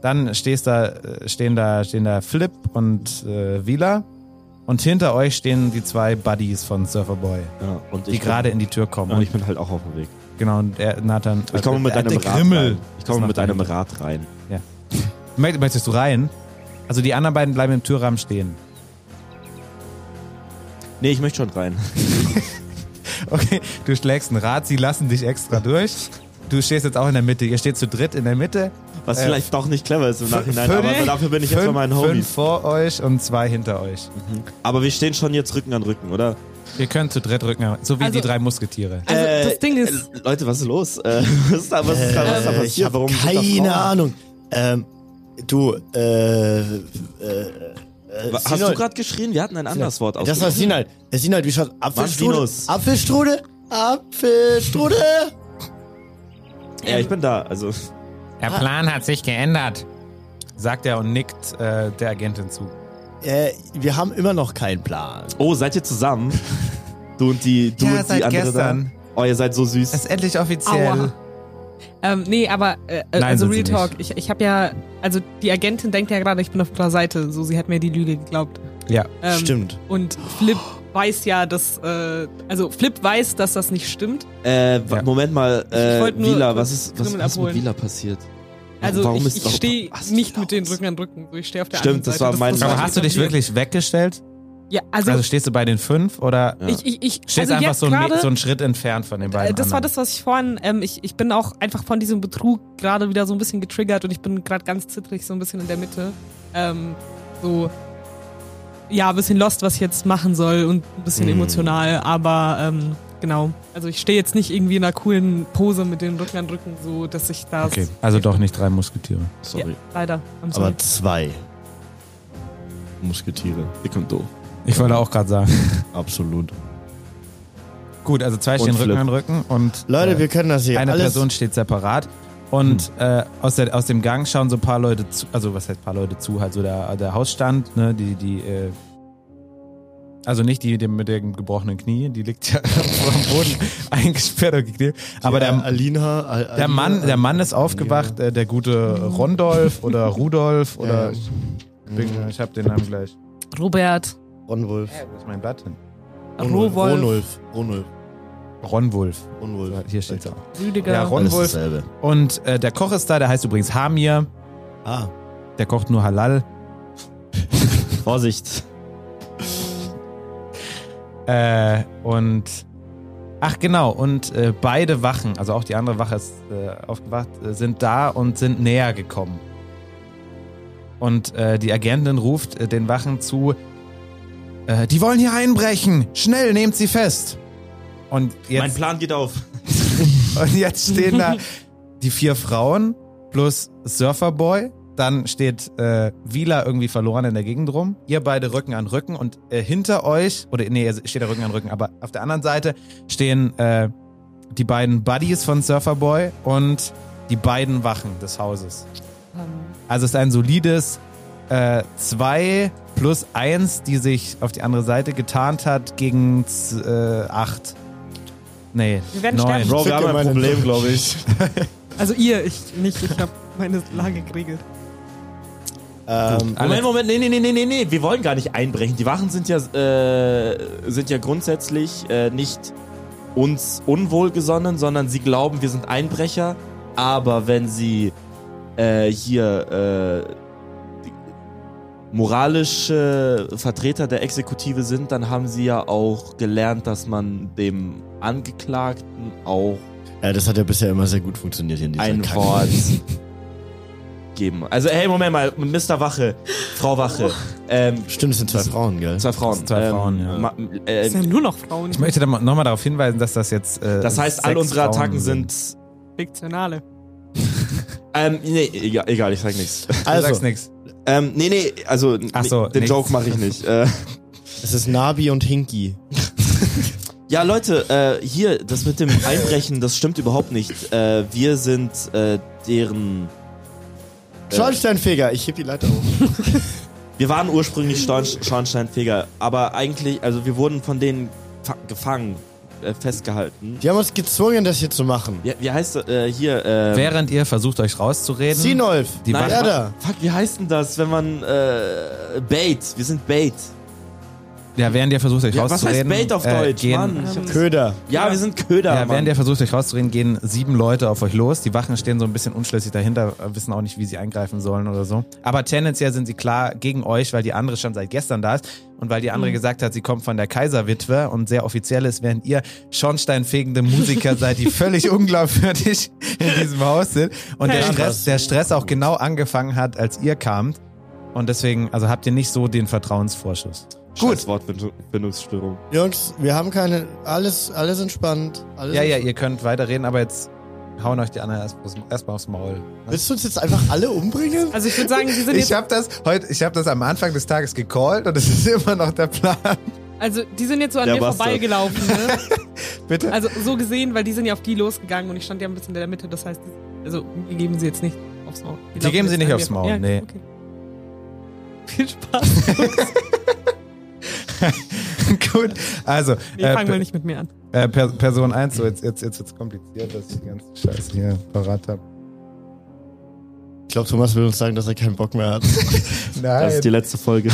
Speaker 4: Dann stehst da, äh, stehen da, stehen da Flip und äh, Vila. Und hinter euch stehen die zwei Buddies von Surferboy,
Speaker 7: Ja, und
Speaker 4: die
Speaker 7: ich
Speaker 4: gerade in die Tür kommen.
Speaker 7: bin, und
Speaker 4: Und
Speaker 7: ich bin halt auch auf dem Weg.
Speaker 4: genau, und er, Nathan.
Speaker 7: Ich komme mit
Speaker 4: der
Speaker 7: einem
Speaker 4: alte
Speaker 7: Rad
Speaker 4: Grimmel.
Speaker 7: rein. Ich komme
Speaker 4: Das
Speaker 7: mit
Speaker 4: macht
Speaker 7: einem
Speaker 4: einen.
Speaker 7: Rad rein.
Speaker 4: Möcht- Möchtest du rein? Also die anderen beiden bleiben im Türrahmen stehen.
Speaker 7: Nee, ich möchte schon rein.
Speaker 4: Okay, du schlägst ein Rad, sie lassen dich extra durch. Du stehst jetzt auch in der Mitte. Ihr steht zu dritt in der Mitte.
Speaker 7: Was
Speaker 4: Äh,
Speaker 7: vielleicht doch nicht clever ist im Nachhinein,
Speaker 4: fünf-
Speaker 7: Ah, aber dafür bin ich jetzt bei meinen
Speaker 4: fünf
Speaker 7: Homies.
Speaker 4: vor euch und zwei hinter euch.
Speaker 7: Aber wir stehen schon jetzt Rücken an Rücken, oder?
Speaker 4: Ihr könnt zu dritt rücken, so wie
Speaker 2: Also-
Speaker 4: die drei Musketiere.
Speaker 2: Also
Speaker 7: Äh,
Speaker 2: das Ding ist,
Speaker 7: äh, Leute, was ist los? Äh, was ist da, was ist da, was ist da
Speaker 6: Äh,
Speaker 7: passiert?
Speaker 6: ich habe
Speaker 7: Warum sind da
Speaker 6: keine
Speaker 7: Frauen?
Speaker 6: Ahnung. Ähm, du, äh, äh, äh,
Speaker 7: Wa- Hast du
Speaker 6: Sinol,
Speaker 7: gerade geschrien? Wir hatten ein anderes Wort
Speaker 6: Das war
Speaker 7: ausgesprochen.
Speaker 6: Sinal. Äh, Sinal, wie schaut Apfelstrudel?
Speaker 7: Dinos.
Speaker 6: Apfelstrudel? Apfelstrudel?
Speaker 7: Ja, ich bin da. Also,
Speaker 4: Der Plan hat sich geändert, sagt er und nickt äh, der Agentin zu.
Speaker 6: äh, wir haben immer noch keinen Plan.
Speaker 7: oh, seid ihr zusammen? Du und die, du
Speaker 4: Ja,
Speaker 7: und die
Speaker 4: seit
Speaker 7: andere
Speaker 4: gestern.
Speaker 7: da. Oh, ihr seid so süß.
Speaker 4: Es ist endlich offiziell.
Speaker 2: Aua. ähm, nee, aber äh,
Speaker 4: Nein,
Speaker 2: also
Speaker 4: sind sie
Speaker 2: Real Talk, ich, ich habe ja, also die Agentin denkt ja gerade, ich bin auf ihrer Seite, so sie hat mir die Lüge geglaubt.
Speaker 4: Ja.
Speaker 2: Ähm,
Speaker 6: Stimmt.
Speaker 2: Und Flip weiß ja, dass, äh, also Flip weiß, dass das nicht stimmt.
Speaker 7: Äh, wa-
Speaker 4: Ja.
Speaker 7: Moment mal,
Speaker 2: Ich
Speaker 7: äh,
Speaker 2: wollte nur
Speaker 7: Vila,
Speaker 2: kurz
Speaker 7: was ist, was,
Speaker 2: Krümel
Speaker 7: was ist mit
Speaker 2: abholen.
Speaker 7: Vila passiert?
Speaker 2: Also
Speaker 7: Warum
Speaker 2: ich,
Speaker 7: ist-
Speaker 2: ich stehe
Speaker 7: Was ist
Speaker 2: nicht
Speaker 7: los?
Speaker 2: mit den Rücken an Rücken, ich stehe auf der
Speaker 7: Stimmt,
Speaker 2: anderen
Speaker 7: das war
Speaker 2: Seite.
Speaker 7: mein-
Speaker 4: Aber
Speaker 7: Also
Speaker 4: hast du dich wirklich weggestellt?
Speaker 2: Ja, also,
Speaker 4: also stehst du bei den fünf oder
Speaker 7: Ja.
Speaker 2: ich, ich, ich
Speaker 4: stehst
Speaker 2: also
Speaker 4: einfach
Speaker 2: jetzt
Speaker 4: so, einen Me-
Speaker 2: gerade-
Speaker 4: so einen Schritt entfernt von den
Speaker 2: Äh,
Speaker 4: beiden?
Speaker 2: Das war
Speaker 4: anderen?
Speaker 2: das, was ich vorhin, ähm, ich, ich bin auch einfach von diesem Betrug gerade wieder so ein bisschen getriggert und ich bin gerade ganz zittrig, so ein bisschen in der Mitte. Ähm, so, ja, ein bisschen lost, was ich jetzt machen soll und ein bisschen
Speaker 7: Mhm.
Speaker 2: emotional, aber ähm, genau. Also ich stehe jetzt nicht irgendwie in einer coolen Pose mit den Rücken an Rücken, so dass ich da
Speaker 4: Okay, also doch nicht drei Musketiere.
Speaker 7: Sorry,
Speaker 2: leider am
Speaker 9: Aber zwei Musketiere.
Speaker 7: dick und doof.
Speaker 4: Ich wollte auch gerade sagen.
Speaker 9: Absolut.
Speaker 4: Gut, also zwei stehen Rücken
Speaker 7: Flip.
Speaker 4: an Rücken und
Speaker 6: Leute,
Speaker 4: äh,
Speaker 6: wir können das hier
Speaker 4: eine
Speaker 6: alles...
Speaker 4: Person steht separat. Und äh, aus, der, aus dem Gang schauen so ein paar Leute zu, also was heißt ein paar Leute zu, halt so der, der Hausstand, ne, die, die, äh, also nicht die, die mit dem gebrochenen Knie, die liegt ja am Boden eingesperrt und gekniet, aber
Speaker 6: Äh,
Speaker 4: der,
Speaker 6: Alina, Al
Speaker 4: Der
Speaker 6: Alina, äh,
Speaker 4: Mann, der
Speaker 6: Al-
Speaker 4: Mann ist aufgewacht, äh, der gute Rondolf oder Rudolf
Speaker 6: Ja.
Speaker 4: oder. Ich bin- Ich hab den Namen gleich.
Speaker 2: Robert,
Speaker 6: Ronwulf.
Speaker 4: Wo ist mein Blatt hin?
Speaker 6: Ronwulf.
Speaker 2: Rowold,
Speaker 6: Ronulf. Ronulf.
Speaker 4: Ronwulf.
Speaker 6: Ronwulf.
Speaker 4: Hier steht's auch.
Speaker 2: Rüdiger.
Speaker 4: Ja,
Speaker 6: Genau. Alles
Speaker 4: Ronwulf.
Speaker 6: dasselbe.
Speaker 4: Und äh, der Koch ist da, der heißt übrigens Hamir.
Speaker 6: Ah.
Speaker 4: Der kocht nur Halal.
Speaker 7: Vorsicht.
Speaker 4: Äh, und. Ach genau, und äh, beide Wachen, also auch die andere Wache ist äh, aufgewacht, äh, sind da und sind näher gekommen. Und äh, die Agentin ruft äh, den Wachen zu, äh, die wollen hier einbrechen, schnell nehmt sie fest. Und jetzt
Speaker 7: Mein Plan geht auf.
Speaker 4: Und jetzt stehen da die vier Frauen plus Surferboy. Dann steht äh, Wieler irgendwie verloren in der Gegend rum. Ihr beide Rücken an Rücken und äh, hinter euch, oder nee, ihr steht da Rücken an Rücken, aber auf der anderen Seite stehen äh, die beiden Buddies von Surferboy und die beiden Wachen des Hauses. Also es ist ein solides 2 plus 1, die sich auf die andere Seite getarnt hat, gegen 8. Äh, acht. nee,
Speaker 10: Wir werden
Speaker 4: neun.
Speaker 10: sterben.
Speaker 7: Bro, wir
Speaker 6: Ficke
Speaker 7: haben ein
Speaker 6: meine
Speaker 7: Problem,
Speaker 6: Mutter.
Speaker 7: glaube ich.
Speaker 2: Also ihr, ich nicht. Ich habe meine Lage geregelt.
Speaker 6: Ähm,
Speaker 7: Moment, Moment, nee, nee, nee, nee, nee, nee, wir wollen gar nicht einbrechen. Die Wachen sind ja, äh, sind ja grundsätzlich äh, nicht uns unwohlgesonnen, sondern sie glauben, wir sind Einbrecher. Aber wenn sie äh, hier äh, die- moralische Vertreter der Exekutive sind, dann haben sie ja auch gelernt, dass man dem Angeklagten auch
Speaker 6: äh, das hat ja bisher immer sehr gut funktioniert hier in dieser
Speaker 7: ein
Speaker 6: Kacke.
Speaker 7: Wort geben. Also, hey, Moment mal, Mr. Wache, Frau Wache, ähm,
Speaker 6: Stimmt, es sind zwei Frauen, gell?
Speaker 7: Zwei Frauen.
Speaker 4: Zwei
Speaker 7: ähm,
Speaker 4: Frauen, ja.
Speaker 7: ma- äh,
Speaker 2: Es sind ja nur noch Frauen.
Speaker 4: Ich möchte nochmal darauf hinweisen, dass das jetzt. Äh,
Speaker 7: das heißt, all
Speaker 4: sechs
Speaker 7: unsere
Speaker 4: Frauen
Speaker 7: Attacken sind.
Speaker 2: Fiktionale.
Speaker 7: Ähm, nee, egal, egal ich sag nichts.
Speaker 4: Du sagst
Speaker 6: Also,
Speaker 4: nichts.
Speaker 7: Ähm, nee, nee, also
Speaker 4: Ach so,
Speaker 7: den
Speaker 4: nichts.
Speaker 7: Joke mache ich nicht. Äh,
Speaker 6: es ist Nabi und Hinki.
Speaker 7: ja, Leute, äh, hier, das mit dem Einbrechen, das stimmt überhaupt nicht. Äh, wir sind äh, deren.
Speaker 6: Schornsteinfeger, ich heb die Leiter hoch.
Speaker 7: Wir waren ursprünglich Storn Schornsteinfeger, aber eigentlich, also wir wurden von denen fa- gefangen, äh, festgehalten.
Speaker 6: Die haben uns gezwungen, das hier zu machen.
Speaker 7: Ja, wie heißt äh, hier? Äh,
Speaker 4: Während ihr versucht, euch rauszureden.
Speaker 6: Sinolf,
Speaker 4: Die
Speaker 7: Nein,
Speaker 6: Wache-
Speaker 7: wa- Fuck, wie heißt denn das, wenn man äh, Bait? Wir sind Bait.
Speaker 4: Ja, während ihr versucht, euch
Speaker 7: Ja, was heißt
Speaker 4: rauszureden.
Speaker 7: Bait auf
Speaker 4: äh,
Speaker 7: Deutsch?
Speaker 4: Gehen,
Speaker 7: Mann, ich hab-
Speaker 6: Köder.
Speaker 7: Ja, wir sind Köder,
Speaker 4: Ja,
Speaker 7: Mann.
Speaker 4: während ihr versucht, euch rauszureden, gehen sieben Leute auf euch los. Die Wachen stehen so ein bisschen unschlüssig dahinter, äh, wissen auch nicht, wie sie eingreifen sollen oder so. Aber tendenziell sind sie klar gegen euch, weil die andere schon seit gestern da ist und weil die andere gesagt hat, sie kommt von der Kaiserwitwe und sehr offiziell ist, während ihr schornsteinfegende Musiker seid, die völlig unglaubwürdig in diesem Haus sind. Und der,
Speaker 6: Hey.
Speaker 4: Stress, der Stress auch genau angefangen hat, als ihr kamt. Und deswegen, also habt ihr nicht so den Vertrauensvorschuss.
Speaker 7: Gut. Wortbindungsstörung.
Speaker 6: Jungs, wir haben keine. Alles, alles entspannt. Alles
Speaker 4: Ja, ja, ihr könnt weiterreden, aber jetzt hauen euch die anderen erstmal erst mal aufs Maul. Ne?
Speaker 6: Willst du uns jetzt einfach alle umbringen?
Speaker 2: Also ich würde sagen, sie sind
Speaker 4: Ich
Speaker 2: jetzt,
Speaker 4: habe das heute, ich habe das am Anfang des Tages gecallt und es ist immer noch der Plan.
Speaker 2: also die sind jetzt so an
Speaker 7: Ja,
Speaker 2: mir
Speaker 7: basta.
Speaker 2: vorbeigelaufen. Ne?
Speaker 4: Bitte.
Speaker 2: Also so gesehen, weil die sind ja auf die losgegangen und ich stand ja ein bisschen in der Mitte. Das heißt, die- also die geben sie jetzt nicht aufs Maul.
Speaker 4: Die
Speaker 2: laufen
Speaker 4: geben sie
Speaker 2: jetzt
Speaker 4: nicht
Speaker 2: an
Speaker 4: aufs
Speaker 2: mir
Speaker 4: Maul,
Speaker 2: vor-
Speaker 4: nee.
Speaker 2: Okay. Viel Spaß.
Speaker 4: Gut. Also
Speaker 2: Nee,
Speaker 4: äh,
Speaker 2: fang mal
Speaker 4: P-
Speaker 2: nicht mit mir an.
Speaker 4: äh, Per- Person 1, so jetzt jetzt jetzt wird's kompliziert, dass ich die ganze Scheiße hier parat habe.
Speaker 6: Ich glaube, Thomas will uns sagen, dass er keinen Bock mehr hat.
Speaker 7: Das
Speaker 4: Nein,
Speaker 7: ist die letzte Folge.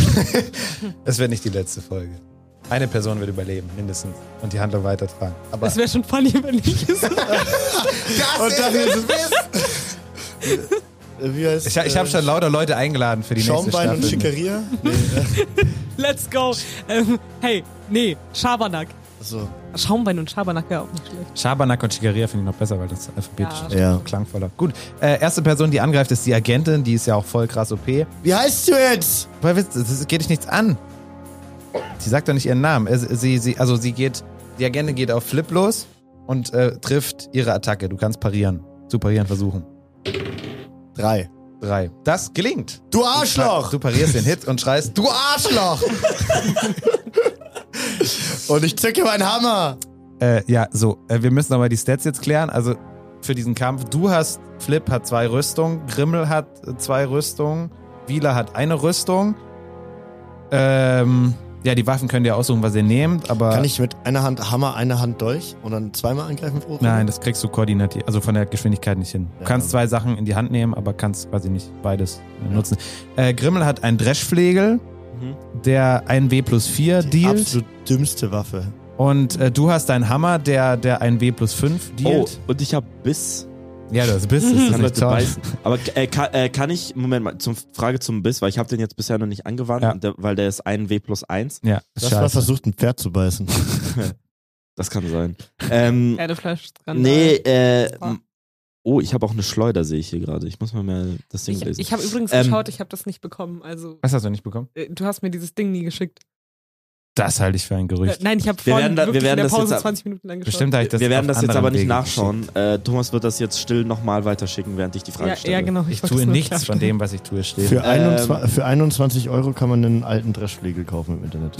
Speaker 4: es wird nicht die letzte Folge. Eine Person wird überleben, mindestens, und die Handlung weitertragen. Aber
Speaker 2: Es wäre schon funny, wenn ich es
Speaker 6: Und dann ist es Wie heißt
Speaker 4: ich, ich habe schon lauter Leute eingeladen für die nächste
Speaker 6: Schaumbein und
Speaker 4: Staffel.
Speaker 6: Schickeria?
Speaker 2: Let's go. Ähm, hey, nee, Schabernack.
Speaker 6: Achso.
Speaker 2: Schaumwein und Schabernack wäre auch nicht schlecht.
Speaker 4: Schabernack und Schickeria finde ich noch besser, weil das alphabetisch
Speaker 2: Ja.
Speaker 4: ist.
Speaker 6: Ja.
Speaker 4: klangvoller. Gut, äh, erste Person, die angreift, ist die Agentin, die ist ja auch voll krass OP.
Speaker 6: Wie heißt du jetzt?
Speaker 4: Weil wisst ihr, das geht dich nichts an. Sie sagt doch nicht ihren Namen. Äh, Sie, sie, also sie geht, die Agentin geht auf Flip los und äh, trifft ihre Attacke. Du kannst parieren. Zu parieren versuchen.
Speaker 6: Drei.
Speaker 4: Drei. Das gelingt.
Speaker 6: Du Arschloch!
Speaker 4: Du parierst den Hit und schreist, du Arschloch!
Speaker 6: Und ich zücke meinen Hammer.
Speaker 4: Äh, ja, so, äh, wir müssen nochmal die Stats jetzt klären. Also für diesen Kampf, du hast, Flip hat zwei Rüstungen, Grimmel hat äh, zwei Rüstungen, Wieler hat eine Rüstung. Ähm, ja, die Waffen könnt ihr aussuchen, was ihr nehmt, aber.
Speaker 6: Kann ich mit einer Hand Hammer, einer Hand Dolch und dann zweimal angreifen? pro Runde?
Speaker 4: Nein, das kriegst du koordinativ, also von der Geschwindigkeit nicht hin. Du
Speaker 6: Ja.
Speaker 4: kannst zwei Sachen in die Hand nehmen, aber kannst quasi nicht beides äh, nutzen. Äh, Grimmel hat einen Dreschflegel,
Speaker 7: Mhm.
Speaker 4: der 1W plus 4
Speaker 6: Die
Speaker 4: dealt.
Speaker 6: absolut dümmste Waffe.
Speaker 4: Und äh, du hast einen Hammer, der, der 1W plus 5
Speaker 7: Oh,
Speaker 4: dealt.
Speaker 7: und ich hab Biss.
Speaker 4: Ja, das bist es.
Speaker 7: Kann
Speaker 4: Das
Speaker 7: Leute
Speaker 4: ist toll.
Speaker 7: beißen. Aber äh, kann, äh, kann ich, Moment mal, zum, Frage zum Biss, weil ich habe den jetzt bisher noch nicht angewandt,
Speaker 4: Ja.
Speaker 7: und der, weil der ist ein W plus 1.
Speaker 4: Ja,
Speaker 6: Lass mal
Speaker 4: scheiße.
Speaker 6: versucht, ein Pferd zu beißen.
Speaker 7: Das kann sein. Ähm,
Speaker 2: Erdefleisch.
Speaker 7: nee, äh,
Speaker 2: Ah.
Speaker 7: m- oh, ich habe auch eine Schleuder, sehe ich hier gerade. Ich muss mal mehr das Ding
Speaker 2: Ich,
Speaker 7: lesen.
Speaker 2: ich habe übrigens
Speaker 7: Ähm,
Speaker 2: geschaut, ich habe das nicht bekommen. Also
Speaker 4: Was hast du nicht bekommen?
Speaker 2: äh, du hast mir dieses Ding nie geschickt.
Speaker 4: Das halte ich für ein
Speaker 2: Äh,
Speaker 4: Gerücht.
Speaker 2: nein, ich habe
Speaker 7: Wir
Speaker 2: vorhin
Speaker 7: werden da- wir
Speaker 2: wirklich in
Speaker 7: werden
Speaker 2: der
Speaker 7: das
Speaker 2: Pause
Speaker 7: jetzt ab-
Speaker 2: 20 Minuten lang geschaut.
Speaker 4: Bestimmt habe ich das
Speaker 7: wir werden
Speaker 4: auf
Speaker 7: das jetzt
Speaker 4: anderem
Speaker 7: aber nicht
Speaker 4: Wege
Speaker 7: nachschauen. Äh, Thomas wird das jetzt still nochmal weiterschicken, während ich die Frage
Speaker 2: Ja,
Speaker 7: stelle.
Speaker 2: ja, genau.
Speaker 4: geschickt. Ich
Speaker 2: wollte
Speaker 4: tue
Speaker 2: es nur
Speaker 4: nichts von
Speaker 2: klarstellen.
Speaker 4: dem, was ich tue, steht.
Speaker 6: Für, 21, für 21 Euro kann man einen alten Dreschflegel kaufen im Internet.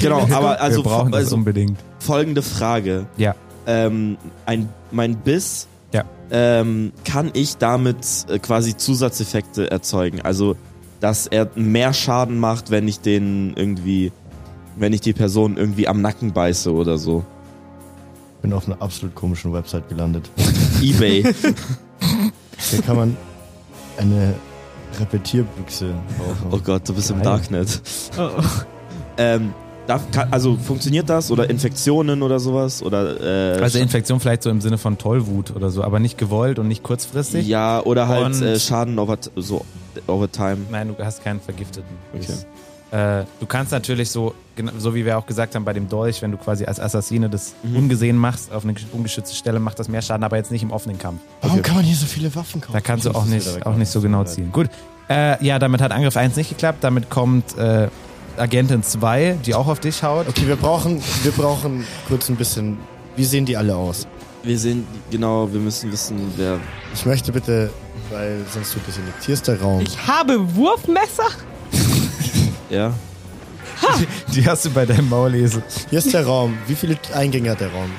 Speaker 7: Genau, aber also,
Speaker 4: Wir brauchen das
Speaker 7: also
Speaker 4: unbedingt.
Speaker 7: folgende Frage.
Speaker 4: Ja.
Speaker 7: Ähm, ein, mein Biss,
Speaker 4: Ja.
Speaker 7: ähm, kann ich damit äh, quasi Zusatzeffekte erzeugen? Also, dass er mehr Schaden macht, wenn ich den irgendwie, wenn ich die Person irgendwie am Nacken beiße oder so.
Speaker 6: Bin auf einer absolut komischen Website gelandet.
Speaker 7: Ebay.
Speaker 6: Hier kann man eine Repetierbüchse kaufen.
Speaker 7: oh Gott, du bist im
Speaker 6: Geil.
Speaker 7: Darknet.
Speaker 2: Oh, oh.
Speaker 7: Ähm, darf, kann, also funktioniert das oder Infektionen oder sowas oder äh,
Speaker 4: Also Infektion vielleicht so im Sinne von Tollwut oder so, aber nicht gewollt und nicht kurzfristig.
Speaker 7: ja oder halt
Speaker 4: Und-
Speaker 7: äh, Schaden over so over time.
Speaker 4: Nein, du hast keinen Vergifteten.
Speaker 7: Okay.
Speaker 4: Das- Äh, du kannst natürlich so, gena- so wie wir auch gesagt haben bei dem Dolch, wenn du quasi als Assassine das ungesehen machst, auf eine gesch- ungeschützte Stelle, macht das mehr Schaden, aber jetzt nicht im offenen Kampf.
Speaker 6: Warum kann man hier so viele Waffen kaufen?
Speaker 4: Da kannst du auch
Speaker 6: Das ist
Speaker 4: nicht, auch nicht so genau zielen. Gut. Äh, ja, damit hat Angriff 1 nicht geklappt. Damit kommt äh, Agentin 2, die auch auf dich haut.
Speaker 6: Okay, wir brauchen, wir brauchen kurz ein bisschen. Wie sehen die alle aus?
Speaker 7: Wir sehen genau, wir müssen wissen, wer
Speaker 6: Ich möchte bitte, weil sonst tut das ja nichts. Hier ist der Raum.
Speaker 2: Ich habe Wurfmesser?
Speaker 7: ja.
Speaker 4: Die hast du bei deinem Maulesel.
Speaker 6: Hier ist der Raum. Wie viele Eingänge hat der Raum?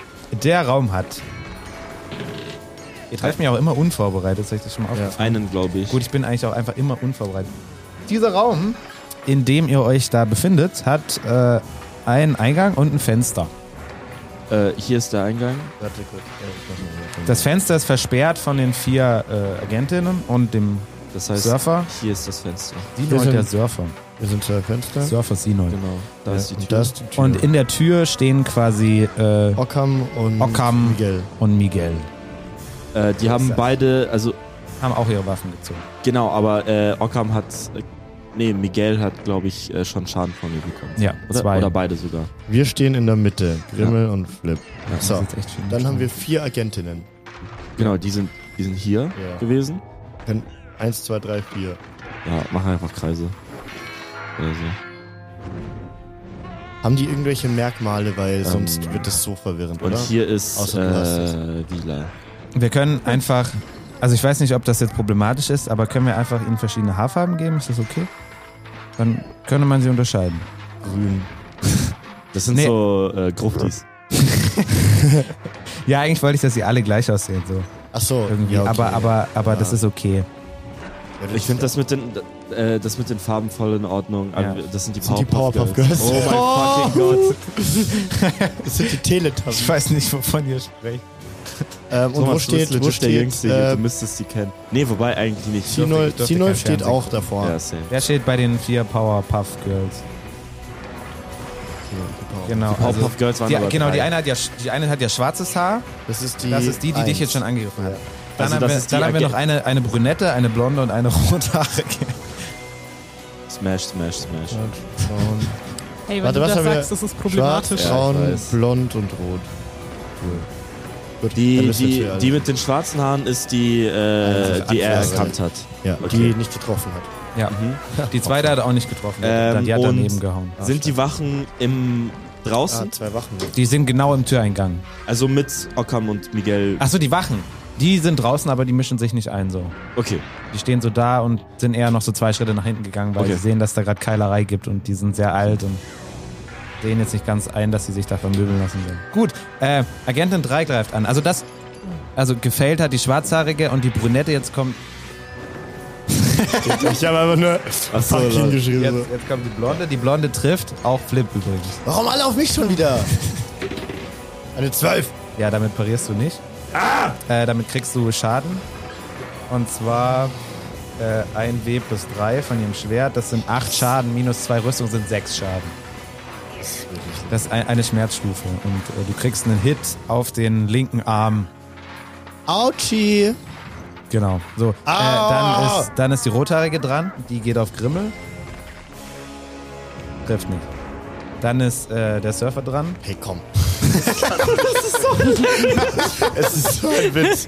Speaker 4: Der Raum hat. Ihr trefft mich auch immer unvorbereitet, ist euch das schon mal aufgefallen?
Speaker 7: Einen, glaube ich.
Speaker 4: Gut, ich bin eigentlich auch einfach immer unvorbereitet. Dieser Raum, in dem ihr euch da befindet, hat äh, einen Eingang und ein Fenster.
Speaker 7: Äh, hier ist der Eingang.
Speaker 6: Warte kurz. Ja,
Speaker 4: Das Fenster ist versperrt von den vier äh, Agentinnen und dem
Speaker 7: Das heißt,
Speaker 4: Surfer.
Speaker 7: hier ist das Fenster.
Speaker 4: Sinoid, der Surfer.
Speaker 6: Wir sind zwei Fenster.
Speaker 4: Surfer Sinoid.
Speaker 7: Genau. Da ist die
Speaker 6: Und
Speaker 7: Tür.
Speaker 6: da ist die Tür.
Speaker 4: Und in der Tür stehen quasi äh,
Speaker 6: Occam und
Speaker 4: Occam.
Speaker 6: Miguel.
Speaker 4: und Miguel.
Speaker 7: Äh, die haben beide, also
Speaker 4: Haben auch ihre Waffen gezogen.
Speaker 7: genau, aber äh, Occam hat, äh, nee, Miguel hat, glaube ich, äh, schon Schaden von mir bekommen.
Speaker 4: Ja,
Speaker 7: Oder,
Speaker 4: zwei.
Speaker 7: oder beide sogar.
Speaker 6: Wir stehen in der Mitte. Grimmel und Flip.
Speaker 4: Das
Speaker 6: So,
Speaker 4: ist jetzt echt viel
Speaker 6: dann haben wir vier Agentinnen.
Speaker 7: Genau, die sind, die sind hier
Speaker 6: Ja.
Speaker 7: gewesen.
Speaker 6: Eins, zwei, drei, vier.
Speaker 7: Ja, machen einfach Kreise. Also. Oder so.
Speaker 6: Haben die irgendwelche Merkmale, weil sonst
Speaker 7: Ähm,
Speaker 6: wird das so verwirrend,
Speaker 7: Und
Speaker 6: oder?
Speaker 7: hier ist
Speaker 6: Außer du hast
Speaker 7: äh, Vila.
Speaker 4: Wir können einfach, also ich weiß nicht, ob das jetzt problematisch ist, aber können wir einfach ihnen verschiedene Haarfarben geben? Ist das okay? Dann könnte man sie unterscheiden.
Speaker 6: grün.
Speaker 7: Das sind
Speaker 4: Nee.
Speaker 7: so äh, Gruftis.
Speaker 4: Ja, eigentlich wollte ich, dass sie alle gleich aussehen, so
Speaker 6: Ach so,
Speaker 4: irgendwie.
Speaker 6: ja, okay.
Speaker 4: Aber, aber, aber das ist okay.
Speaker 6: Ja, das
Speaker 7: Ich finde das mit den äh, das mit den Farben voll in Ordnung. Aber Das sind die
Speaker 6: sind die
Speaker 7: Powerpuff Girls.
Speaker 6: Powerpuff Girls.
Speaker 7: Oh mein fucking Gott.
Speaker 6: Das sind die Teletubbies.
Speaker 4: weiß nicht, wovon ihr sprecht.
Speaker 6: Ähm, und wo
Speaker 7: Thomas, du bist
Speaker 6: steht, wo
Speaker 7: legit der
Speaker 6: steht,
Speaker 7: Jüngste hier,
Speaker 6: äh,
Speaker 7: du müsstest die kennen. Nee, wobei eigentlich nicht.
Speaker 6: Sinol,
Speaker 4: durfte
Speaker 6: Sinol
Speaker 4: kein
Speaker 6: steht
Speaker 4: Fernsehen
Speaker 6: auch davor.
Speaker 7: Ja, safe.
Speaker 4: Der steht bei den vier Powerpuff Girls. Genau.
Speaker 7: Powerpuff
Speaker 4: also,
Speaker 7: Girls waren
Speaker 4: die,
Speaker 7: aber
Speaker 4: genau, die
Speaker 7: drei.
Speaker 4: eine, hat ja, sch- die eine hat ja schwarzes Haar.
Speaker 6: Das ist die,
Speaker 4: Das ist die, die
Speaker 6: eins.
Speaker 4: dich jetzt schon angegriffen hat.
Speaker 6: Ja.
Speaker 4: Dann,
Speaker 7: Also
Speaker 4: haben,
Speaker 7: das
Speaker 4: wir,
Speaker 7: ist die
Speaker 4: dann haben wir noch
Speaker 7: Agent-
Speaker 4: eine, eine brünette, eine blonde und eine rothaarige.
Speaker 7: Smash, smash, smash.
Speaker 6: Frauen,
Speaker 2: Hey, wenn
Speaker 6: Warte,
Speaker 2: du
Speaker 6: was
Speaker 2: das
Speaker 6: haben wir?
Speaker 2: sagst, das ist
Speaker 6: Schwarz,
Speaker 2: problematisch.
Speaker 7: Ja, ich
Speaker 6: Braun,
Speaker 7: weiß.
Speaker 6: Blond und Rot. Cool. Gut, dann
Speaker 7: Die,
Speaker 6: wissen wir
Speaker 7: die,
Speaker 6: für alle.
Speaker 7: die mit den schwarzen Haaren ist die, äh,
Speaker 6: die
Speaker 7: die er
Speaker 6: Abwehr.
Speaker 7: erkannt hat.
Speaker 6: ja,
Speaker 7: okay.
Speaker 6: die nicht getroffen hat.
Speaker 4: Ja. Die zweite hat auch nicht getroffen. Die hat-
Speaker 7: Mhm. Ähm,
Speaker 4: die hat
Speaker 7: und
Speaker 4: daneben gehauen.
Speaker 7: Sind die Wachen im
Speaker 6: Ah,
Speaker 7: draußen?
Speaker 6: zwei Wachen.
Speaker 4: Die sind genau im Türeingang.
Speaker 7: Also mit Occam und Miguel.
Speaker 4: Achso, die Wachen. Die sind draußen, aber die mischen sich nicht ein so.
Speaker 7: Okay.
Speaker 4: Die stehen so da und sind eher noch so zwei Schritte nach hinten gegangen, weil
Speaker 7: Okay.
Speaker 4: sie sehen, dass da gerade Keilerei gibt und die sind sehr alt und sehen jetzt nicht ganz ein, dass sie sich da vermöbeln lassen sollen. Gut, äh, Agentin 3 greift an. Also das, also gefällt hat die Schwarzhaarige und die Brünette jetzt kommt,
Speaker 6: Ich habe aber nur
Speaker 7: so,
Speaker 6: fuck
Speaker 7: Leute.
Speaker 6: hingeschrieben.
Speaker 4: jetzt, jetzt kommt die Blonde. Die Blonde trifft, auch Flip übrigens.
Speaker 6: Warum alle auf mich schon wieder? Eine 12.
Speaker 4: Ja, damit parierst du nicht. Ah! Äh, damit kriegst du Schaden. Und zwar äh, 1W plus 3 von ihrem Schwert. Das sind 8 Schaden, minus 2 Rüstung sind 6 Schaden. Das ist ein, eine Schmerzstufe. Und äh, du kriegst einen Hit auf den linken Arm.
Speaker 6: Autschi.
Speaker 4: Genau. So, äh, dann,
Speaker 6: Aua!
Speaker 4: ist, dann ist die Rothaarige dran. Die geht auf Grimmel. Trifft nicht. Dann ist äh, der Surfer dran.
Speaker 6: Hey, komm. Es ist so ein Witz.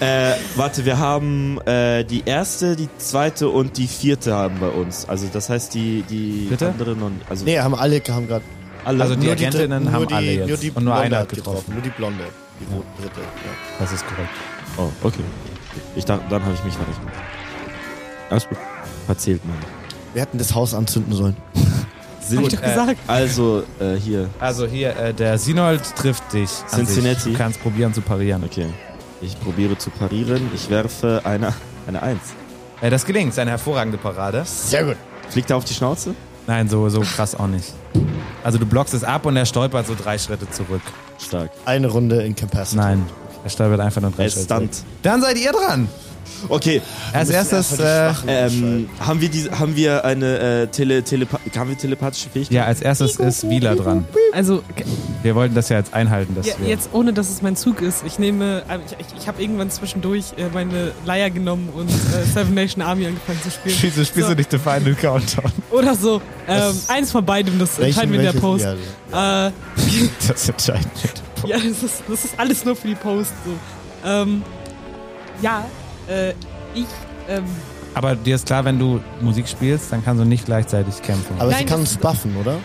Speaker 7: Äh, warte, wir haben äh, die erste, die zweite und die vierte haben bei uns. Also das heißt die die
Speaker 4: Bitte?
Speaker 7: andere noch nicht. Also
Speaker 6: Nee, haben alle haben gerade.
Speaker 7: alle.
Speaker 4: also die
Speaker 6: nur die
Speaker 4: Agentinnen
Speaker 6: dritte-
Speaker 4: haben
Speaker 6: nur die-
Speaker 4: alle jetzt.
Speaker 6: Nur die
Speaker 4: und nur
Speaker 6: Blonde
Speaker 4: einer
Speaker 6: hat getroffen. Nur die Blonde. Die rote dritte. Ja.
Speaker 4: Das ist korrekt.
Speaker 7: oh, okay. Ich dachte, dann habe ich mich verrechnet. Alles gut. Verzählt man.
Speaker 6: Wir hätten das Haus anzünden sollen.
Speaker 7: Sind,
Speaker 4: Äh,
Speaker 7: also äh, hier.
Speaker 4: also hier, äh, der Sinold trifft dich. an sich.
Speaker 7: Cincinnati.
Speaker 4: Du kannst probieren zu parieren.
Speaker 7: Okay. Ich probiere zu parieren. Ich werfe eine eine Eins.
Speaker 4: Äh, das gelingt, eine hervorragende Parade.
Speaker 6: Sehr gut.
Speaker 7: Fliegt er auf die Schnauze?
Speaker 4: Nein, so, so krass auch nicht. Also du blockst es ab und er stolpert so drei Schritte zurück.
Speaker 7: Stark.
Speaker 6: Eine Runde in Capacity.
Speaker 4: Nein, er stolpert einfach nur drei
Speaker 7: Er
Speaker 4: Schritte
Speaker 7: ist
Speaker 4: zurück.
Speaker 7: stunt.
Speaker 4: Dann seid ihr dran.
Speaker 7: Okay.
Speaker 4: Als erstes, äh,
Speaker 7: Ähm, haben wir diese, haben wir eine äh, Tele, Telepa haben wir telepathische Fähigkeit?
Speaker 4: ja, als erstes ist Wieler dran.
Speaker 2: Also,
Speaker 4: Wir wollten das ja jetzt einhalten, dass
Speaker 2: Ja,
Speaker 4: wir...
Speaker 2: jetzt ohne, dass es mein Zug ist. Ich nehme, äh, ich, ich, ich habe irgendwann zwischendurch äh, meine Leier genommen und äh, Seven Nation Army angefangen zu spielen.
Speaker 4: Wieso spielst du nicht The Final Countdown?
Speaker 2: Oder so. Ähm, eins von beidem, das entscheiden wir in der Post.
Speaker 6: Ja,
Speaker 2: Ja. Äh,
Speaker 4: Das entscheidet.
Speaker 2: ja, das ist, das ist alles nur für die Post. So. Ähm, ja, äh, ich, ähm,
Speaker 4: Aber dir ist klar, wenn du Musik spielst, dann kannst du nicht gleichzeitig kämpfen.
Speaker 6: aber sie
Speaker 2: Nein,
Speaker 6: kann
Speaker 2: das-
Speaker 6: uns buffen, oder?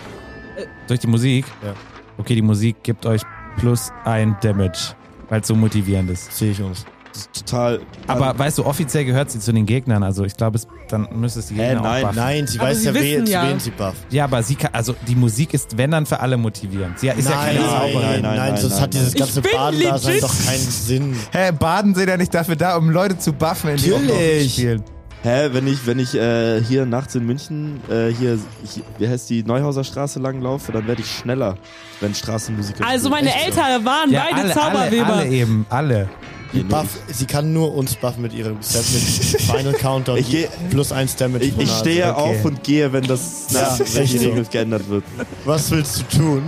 Speaker 4: Durch die Musik?
Speaker 6: Ja.
Speaker 4: Okay, die Musik gibt euch plus ein Damage, weil es so motivierend ist.
Speaker 6: Sehe ich uns.
Speaker 7: Das ist total.
Speaker 4: Aber weißt du, offiziell gehört sie zu den Gegnern, also ich glaube, es- dann müsste es die
Speaker 7: Hä,
Speaker 4: Gegner
Speaker 7: nein,
Speaker 4: auch buffen.
Speaker 6: Nein, sie
Speaker 2: Aber
Speaker 6: weiß
Speaker 2: sie
Speaker 6: ja,
Speaker 2: wissen
Speaker 6: wen,
Speaker 2: ja.
Speaker 6: wen sie bufft.
Speaker 4: Ja, aber sie kann, also die Musik ist, wenn dann, für alle motivierend. Sie ist ja
Speaker 6: nein,
Speaker 4: keine
Speaker 6: nein,
Speaker 4: Zauberin.
Speaker 6: nein, nein,
Speaker 7: nein,
Speaker 6: sonst
Speaker 7: nein,
Speaker 6: hat dieses
Speaker 2: nein.
Speaker 6: ganze
Speaker 2: Ich bin
Speaker 6: Badendasein
Speaker 2: legit.
Speaker 6: doch keinen Sinn.
Speaker 4: Hä, Baden sind ja nicht dafür da, um Leute zu buffen, in die auch noch
Speaker 7: Natürlich.
Speaker 4: spielen.
Speaker 7: Hä, wenn ich, wenn ich äh, hier nachts in München, äh, hier, ich, wie heißt die Neuhauser Straße lang laufe, dann werde ich schneller, wenn Straßenmusiker.
Speaker 2: also
Speaker 7: spielen.
Speaker 2: meine
Speaker 7: Echt so.
Speaker 2: Eltern waren
Speaker 4: Ja,
Speaker 2: beide
Speaker 4: alle, alle,
Speaker 2: Zauberweber.
Speaker 4: alle eben, alle.
Speaker 6: Die
Speaker 7: Nee, nur
Speaker 6: Buff, sie kann nur uns buffen mit ihrem Set mit Final Countdown.
Speaker 7: Ich
Speaker 6: die
Speaker 7: geh-
Speaker 6: plus eins Damage.
Speaker 7: Ich,
Speaker 6: pro
Speaker 7: ich
Speaker 6: Nase.
Speaker 7: stehe
Speaker 4: okay.
Speaker 7: auf und gehe, wenn das
Speaker 6: Ja,
Speaker 7: na, wenn
Speaker 6: echt
Speaker 7: die
Speaker 6: so.
Speaker 7: Regel geändert wird.
Speaker 6: Was willst du tun?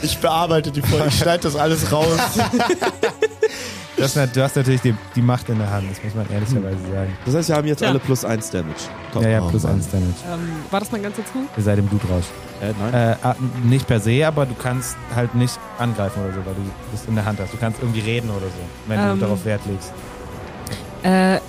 Speaker 6: Ich bearbeite die Folge, ich schneide das alles raus.
Speaker 4: Das, nat- du hast natürlich die, die Macht in der Hand, das muss man ehrlicherweise sagen.
Speaker 7: Das heißt, wir haben jetzt
Speaker 2: Ja.
Speaker 7: alle plus eins Damage. Top.
Speaker 4: Ja, ja,
Speaker 7: Oh,
Speaker 4: plus
Speaker 7: Mann.
Speaker 4: eins Damage.
Speaker 2: Ähm, war das mein ganzer Zug?
Speaker 4: Ihr seid im Blutrausch.
Speaker 7: Äh, nein.
Speaker 4: Äh, ah, nicht per se, aber du kannst halt nicht angreifen oder so, weil du das in der Hand hast. Du kannst irgendwie reden oder so, wenn
Speaker 2: Ähm.
Speaker 4: du darauf Wert legst.
Speaker 2: Äh,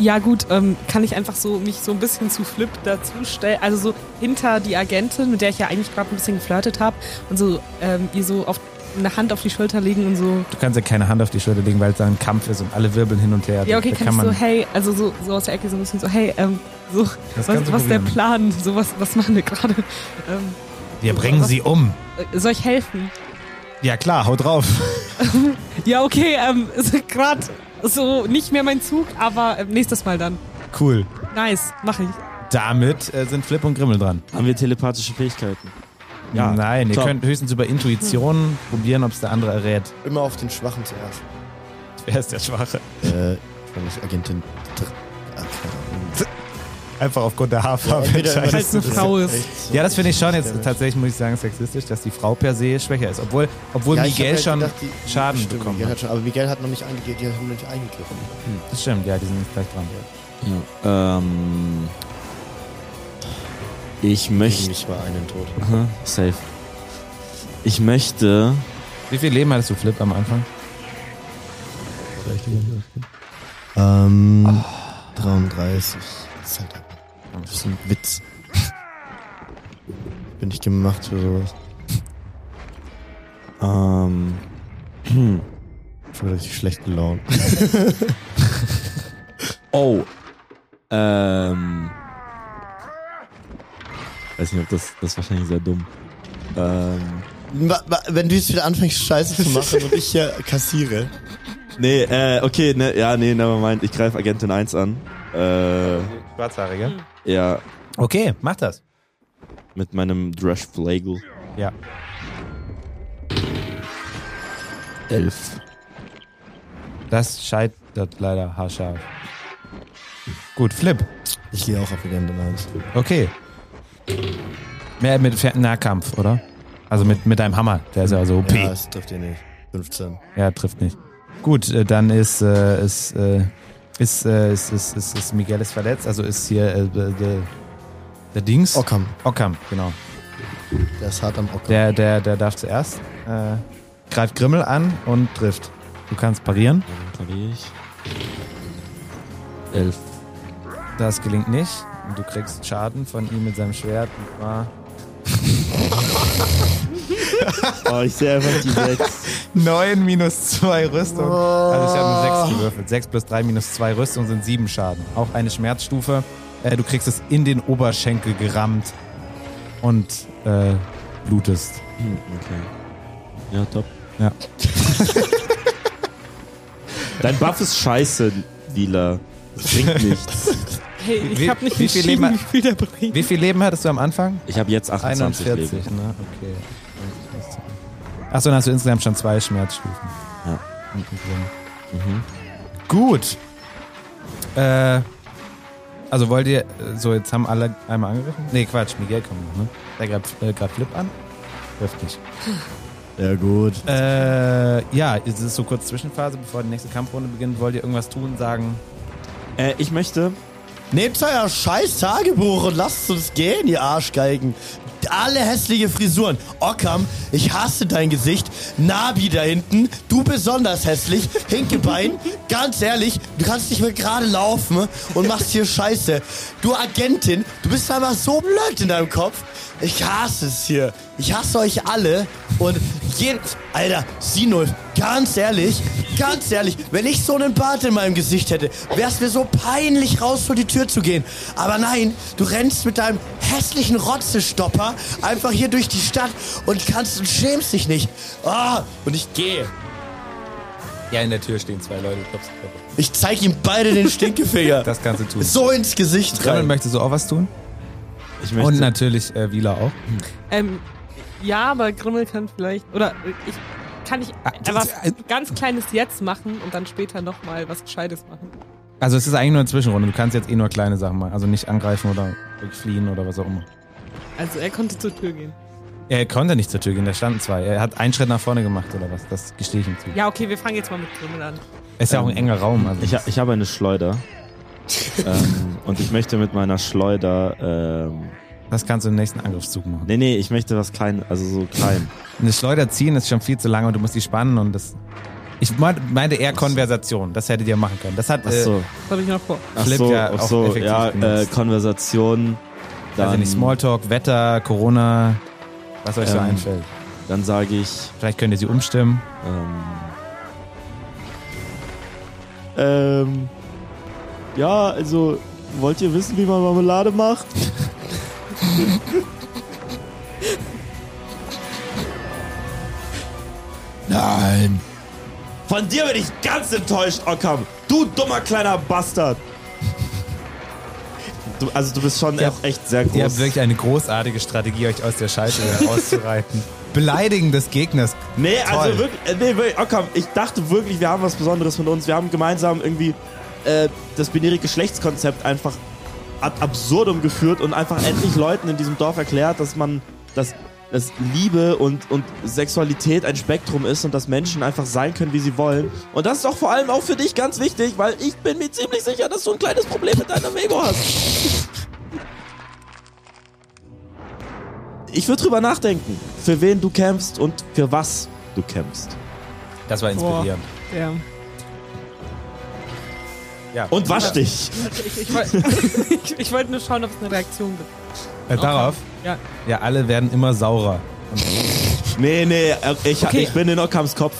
Speaker 2: ja gut, ähm, kann ich einfach so mich so ein bisschen zu Flip dazu stellen, also so hinter die Agentin, mit der ich ja eigentlich gerade ein bisschen geflirtet habe und so ähm, ihr so auf eine Hand auf die Schulter legen und so.
Speaker 4: Du kannst ja keine Hand auf die Schulter legen, weil es da ein Kampf ist und alle wirbeln hin und her.
Speaker 2: Ja okay,
Speaker 4: da
Speaker 2: kann, ich so hey, also so, so aus der Ecke so ein bisschen so hey, ähm, so
Speaker 4: Das kannst
Speaker 2: was,
Speaker 4: du
Speaker 2: was der
Speaker 4: probieren.
Speaker 2: Plan, so was, was machen wir gerade? Ähm,
Speaker 4: Wir bringen sie um.
Speaker 2: äh, soll ich helfen?
Speaker 4: Ja klar, hau drauf.
Speaker 2: Ja okay, ähm, ist gerade so nicht mehr mein Zug, aber ähm, nächstes Mal dann.
Speaker 4: Cool.
Speaker 2: Nice, mache ich.
Speaker 4: Damit äh, sind Flip und Grimmel dran.
Speaker 7: haben wir telepathische Fähigkeiten? Ja,
Speaker 4: Nein, ihr
Speaker 7: top.
Speaker 4: könnt höchstens über Intuition probieren, ob es der andere errät.
Speaker 6: Immer auf den Schwachen zuerst.
Speaker 4: Wer ist der Schwache?
Speaker 6: Äh, wenn ich Agentin. Ah, keine Ahnung.
Speaker 4: Einfach aufgrund der Haarfarbe
Speaker 6: Entweder immer
Speaker 2: Weil's eine
Speaker 6: das-
Speaker 2: Frau ist.
Speaker 6: Echt so.
Speaker 4: Ja, das finde ich schon jetzt
Speaker 6: Damage.
Speaker 4: tatsächlich, muss ich sagen, sexistisch, dass die Frau per se schwächer ist. Obwohl, obwohl
Speaker 6: Ja, ich hab
Speaker 4: Miguel
Speaker 6: halt
Speaker 4: schon
Speaker 6: gedacht, die-
Speaker 4: Schaden
Speaker 6: stimmt,
Speaker 4: bekommen
Speaker 6: Miguel
Speaker 4: hat.
Speaker 6: hat. Schon, aber Miguel hat noch nicht eingegriffen. Die haben noch nicht eingegriffen.
Speaker 4: Das stimmt, ja, die sind jetzt gleich dran.
Speaker 7: Ja. Ähm, ich
Speaker 6: Gegen
Speaker 7: möchte.
Speaker 6: mich war einen tot.
Speaker 7: Aha, Safe. Ich möchte.
Speaker 4: Wie viel Leben hattest du, Flip, am Anfang?
Speaker 6: Ähm, 33. Das ist halt einfach- das ist ein Witz. Bin ich gemacht für sowas.
Speaker 7: Ähm, hm,
Speaker 6: Ich bin richtig schlecht gelaunt.
Speaker 7: Oh. Ähm. Weiß nicht, ob das, das ist wahrscheinlich sehr dumm. Ähm.
Speaker 6: Wa- wa- Wenn du jetzt wieder anfängst, Scheiße zu machen und ich hier kassiere.
Speaker 7: Nee, äh, okay, ne, ja, nee, nevermind. Ich greife Agentin 1 an. Äh,
Speaker 4: Schwarzhaarige.
Speaker 7: ja,
Speaker 4: Okay, mach das.
Speaker 7: mit meinem Drush Flagel.
Speaker 4: Ja.
Speaker 7: Elf.
Speaker 4: Das scheitert leider haarscharf. Gut, Flip.
Speaker 6: Ich gehe auch auf Legende 1.
Speaker 4: Okay. Mehr mit Fer- Nahkampf, oder? Also mit, mit deinem Hammer. Der ist ja also OP.
Speaker 6: Ja,
Speaker 4: Ja,
Speaker 6: das trifft ihr nicht. 15.
Speaker 4: trifft nicht. Gut, äh, dann ist, äh, ist, äh, ist, äh, ist, ist, ist, ist Miguel ist verletzt. Also ist hier äh, der, der Dings.
Speaker 6: Ockam.
Speaker 4: Ockam, genau.
Speaker 11: Der ist hart am Ocker.
Speaker 4: Der, der, der darf zuerst. Äh, greift Grimmel an und trifft. Du kannst parieren.
Speaker 7: Parier ich. Elf.
Speaker 4: Das gelingt nicht. Und du kriegst Schaden von ihm mit seinem Schwert. Und zwar
Speaker 7: Oh, ich sehe einfach die sechs.
Speaker 4: 9 minus 2 Rüstung. Also ich habe eine 6 gewürfelt. 6 plus 3 minus 2 Rüstung sind 7 Schaden. Auch eine Schmerzstufe. Äh, du kriegst es in den Oberschenkel gerammt und äh, blutest.
Speaker 7: Hm, okay. Ja, top.
Speaker 4: Ja.
Speaker 7: Dein Buff ist scheiße, Lila. Das bringt nichts.
Speaker 2: Hey, ich
Speaker 4: Wie-
Speaker 2: hab nicht
Speaker 4: wie viel
Speaker 2: entschieden,
Speaker 4: Leben-
Speaker 2: wie viel der bringt.
Speaker 4: Wie viel Leben hattest du am Anfang?
Speaker 7: Ich habe jetzt 28 Leben.
Speaker 4: 41, ne? Okay. Achso, dann hast du insgesamt schon zwei Schmerzstufen.
Speaker 7: Ja.
Speaker 4: Unten drin. Gut. Äh, also wollt ihr, äh, so jetzt haben alle einmal angegriffen? Nee, Quatsch, Miguel kommt noch, ne? Der greift, äh, greift Flip an. Trifft nicht.
Speaker 6: Ja, gut.
Speaker 4: Äh, ja, es ist so kurz Zwischenphase, bevor die nächste Kampfrunde beginnt. Wollt ihr irgendwas tun, sagen?
Speaker 7: Äh, ich möchte.
Speaker 6: Nehmt euer scheiß Tagebuch und lasst uns gehen, ihr Arschgeigen. Alle hässliche Frisuren. Ockam, ich hasse dein Gesicht. Nabi da hinten, du besonders hässlich. Hinkebein, ganz ehrlich, du kannst nicht mehr gerade laufen und machst hier Scheiße. Du Agentin, du bist einfach so blöd in deinem Kopf. Ich hasse es hier. Ich hasse euch alle und jeden... Alter, Sinulf, ganz ehrlich, ganz ehrlich, wenn ich so einen Bart in meinem Gesicht hätte, wär's mir so peinlich, raus vor die Tür zu gehen. Aber nein, du rennst mit deinem hässlichen Rotzestopper einfach hier durch die Stadt und kannst und schämst dich nicht. Ah, und ich gehe.
Speaker 4: Ja, in der Tür stehen zwei Leute. Klopfst du Klappe.
Speaker 6: Ich zeig ihm beide den Stinkefinger.
Speaker 4: Das kannst du tun.
Speaker 6: so ins Gesicht
Speaker 4: Kreml
Speaker 6: rein.
Speaker 4: möchtest du auch was tun?
Speaker 7: Ich
Speaker 4: Und
Speaker 7: möchte.
Speaker 4: natürlich äh, Wieler auch.
Speaker 2: Ähm, ja, aber Grimmel kann vielleicht. Oder äh, ich. Kann ich
Speaker 4: Ah, das-
Speaker 2: was ganz Kleines jetzt machen und dann später nochmal was Gescheites machen?
Speaker 4: Also es ist eigentlich nur eine Zwischenrunde. Du kannst jetzt eh nur kleine Sachen machen. Also nicht angreifen oder wirklich fliehen oder was auch immer.
Speaker 2: Also, er konnte zur Tür gehen.
Speaker 4: Er konnte nicht zur Tür gehen, da standen zwei. Er hat einen Schritt nach vorne gemacht oder was. Das gestehe ich ihm zu.
Speaker 2: Ja, okay, wir fangen jetzt mal mit Grimmel an.
Speaker 4: Ist ja auch ein enger Raum. Also
Speaker 7: Ähm, Ich, ha- ich habe eine Schleuder. ähm, und ich möchte mit meiner Schleuder. Ähm,
Speaker 4: das kannst du im nächsten Angriffszug machen.
Speaker 7: nee, nee, ich möchte was klein, also so klein.
Speaker 4: Eine Schleuder ziehen ist schon viel zu lange und du musst die spannen und das... Ich meint- meinte eher Konversation. Das hättet ihr machen können. Das hat
Speaker 7: Ach
Speaker 4: äh,
Speaker 7: so,
Speaker 2: Das habe ich noch vor.
Speaker 7: ach
Speaker 4: Flip
Speaker 7: so,
Speaker 4: ja
Speaker 7: ach
Speaker 4: auch
Speaker 7: so,
Speaker 4: effektiv
Speaker 7: ja, äh,
Speaker 4: benutzt.
Speaker 7: Konversation. Dann,
Speaker 4: also nicht Smalltalk, Wetter, Corona, was euch so
Speaker 7: Ähm.
Speaker 4: einfällt.
Speaker 7: dann sage ich.
Speaker 4: Vielleicht könnt ihr sie umstimmen.
Speaker 7: Ähm, ähm, ja, also wollt ihr wissen, wie man Marmelade macht?
Speaker 12: Nein.
Speaker 7: Von dir bin ich ganz enttäuscht, Ockam. Du dummer kleiner Bastard. Du, also du bist schon echt- echt sehr groß.
Speaker 4: Ihr habt wirklich eine großartige Strategie, euch aus der Scheiße herauszureiten. Beleidigen des Gegners.
Speaker 7: nee,
Speaker 4: Toll.
Speaker 7: also wirklich, äh, nee, wirklich, Ockam, ich dachte wirklich, wir haben was Besonderes mit uns. Wir haben gemeinsam irgendwie äh, das binäre Geschlechtskonzept einfach ad absurdum geführt und einfach endlich Leuten in diesem Dorf erklärt, dass man, dass, dass Liebe und, und Sexualität ein Spektrum ist und dass Menschen einfach sein können, wie sie wollen. Und das ist doch vor allem auch für dich ganz wichtig, weil ich bin mir ziemlich sicher, dass du ein kleines Problem mit deinem Ego hast. Ich würde drüber nachdenken, für wen du kämpfst und für was du kämpfst.
Speaker 4: Das war inspirierend.
Speaker 2: Ja.
Speaker 4: Ja.
Speaker 7: Und wasch dich.
Speaker 2: Also, Ich, ich, woll- ich, ich wollte nur schauen, ob es eine Reaktion gibt.
Speaker 4: Äh, darauf?
Speaker 2: Ja.
Speaker 4: Ja, alle werden immer saurer.
Speaker 7: Nee, nee, äh, ich,
Speaker 2: Okay.
Speaker 7: ich bin in Ockhams Kopf.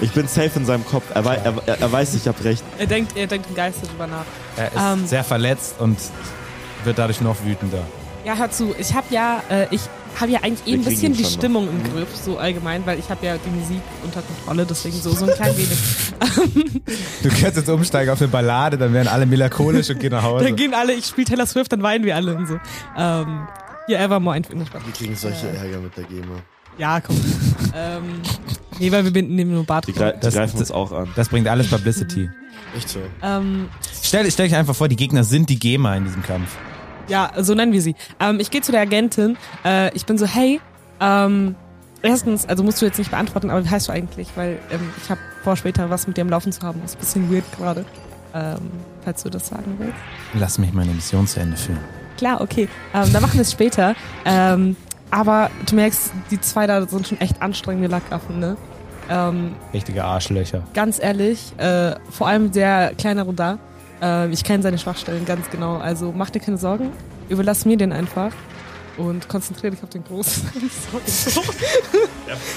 Speaker 7: Ich bin safe in seinem Kopf. Er, wei- er, er, er weiß, ich hab recht.
Speaker 2: Er denkt, er denkt im Geiste drüber nach.
Speaker 4: Er ist
Speaker 2: Ähm.
Speaker 4: sehr verletzt und wird dadurch noch wütender.
Speaker 2: Ja, hör zu, ich habe ja, äh, ich habe ja eigentlich eh
Speaker 7: Wir
Speaker 2: ein
Speaker 7: kriegen
Speaker 2: bisschen
Speaker 7: ihn
Speaker 2: die
Speaker 7: schon noch.
Speaker 2: Stimmung im Griff, so allgemein, weil ich habe ja die Musik unter Kontrolle, deswegen so, so ein klein wenig.
Speaker 4: Du könntest jetzt umsteigen auf eine Ballade, dann werden alle melancholisch und gehen nach Hause.
Speaker 2: Dann gehen alle, ich spiele Taylor Swift, dann weinen wir alle und so. Ähm, ja, Evermore ein Finger
Speaker 11: Wir kriegen solche Ärger mit der GEMA.
Speaker 2: Ja, komm. ähm, nee, weil wir binden nehmen nur Bart.
Speaker 7: Die, grei die
Speaker 4: Das-
Speaker 7: greifen uns auch an.
Speaker 4: das bringt alles Publicity.
Speaker 11: Echt so.
Speaker 2: Ähm,
Speaker 4: Stell, stell dich einfach vor, die Gegner sind die GEMA in diesem Kampf.
Speaker 2: Ja, so nennen wir sie. Ähm, ich gehe zu der Agentin. Äh, ich bin so, hey, ähm, erstens, also musst du jetzt nicht beantworten, aber wie heißt du eigentlich? Weil ähm, ich habe vor, später was mit dir am Laufen zu haben. Ist ein bisschen weird gerade, ähm, falls du das sagen willst.
Speaker 4: Lass mich meine Mission zu Ende führen.
Speaker 2: Klar, okay. Ähm, dann machen wir es später. Ähm, aber du merkst, die zwei da sind schon echt anstrengende Lackaffen, ne? Ähm,
Speaker 4: Richtige Arschlöcher.
Speaker 2: ganz ehrlich, äh, vor allem der kleine Rodin, äh, ich kenne seine Schwachstellen ganz genau. Also mach dir keine Sorgen, überlass mir den einfach und konzentriere dich auf den Großen. Sorry.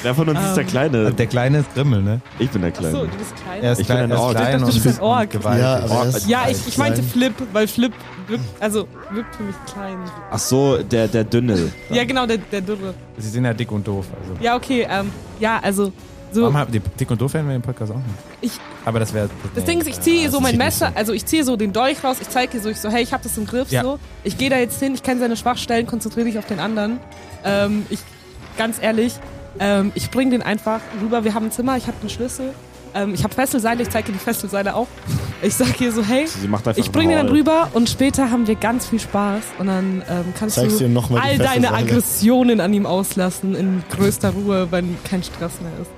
Speaker 7: Wer von uns ist
Speaker 2: Ähm,
Speaker 7: der
Speaker 2: ah,
Speaker 7: Kleine?
Speaker 4: Der kleine ist Grimmel, ne?
Speaker 7: Ich bin der
Speaker 2: Achso,
Speaker 7: Kleine.
Speaker 2: du bist klein.
Speaker 4: Er ist
Speaker 7: Ich bin
Speaker 4: klein,
Speaker 7: ein
Speaker 4: er ist
Speaker 7: Ork.
Speaker 4: klein
Speaker 2: Ich dachte,
Speaker 4: und
Speaker 2: du bist ein Ork.
Speaker 4: gewaltig.
Speaker 9: Ja, aber er ist-
Speaker 2: ja, ich, ich meinte
Speaker 9: Klein.
Speaker 2: Flip, weil Flip wirkt, also wirkt für mich klein.
Speaker 7: Ach so, der, der Dünne.
Speaker 2: Ja, genau, der, der Dürre.
Speaker 4: Sie sind ja dick und doof. Also.
Speaker 2: Ja, okay, ähm, ja, also so.
Speaker 4: Warum haben die dick und doof werden wir im Podcast auch nicht?
Speaker 2: Ich-
Speaker 4: aber das wäre.
Speaker 2: Das Ding ist, ich ziehe so mein Messer, also ich ziehe so den Dolch raus, ich zeige dir so, ich so, hey, ich hab das im Griff,
Speaker 4: Ja.
Speaker 2: so. Ich gehe da jetzt hin, ich kenne seine Schwachstellen, konzentriere dich auf den anderen. Ähm, ich, ganz ehrlich, ähm, ich bring den einfach rüber, wir haben ein Zimmer, ich hab den Schlüssel, ähm, ich hab Fesselseile, ich zeige dir die Fesselseile auch. Ich sag hier so, hey,
Speaker 7: Sie macht einfach
Speaker 2: ich bring
Speaker 7: einen
Speaker 2: den dann
Speaker 7: Roll.
Speaker 2: rüber und später haben wir ganz viel Spaß und dann ähm, kannst
Speaker 6: Zeigst
Speaker 2: du
Speaker 6: dir noch mal die
Speaker 2: all
Speaker 6: Fesselseile.
Speaker 2: deine Aggressionen an ihm auslassen in größter Ruhe, wenn kein Stress mehr ist.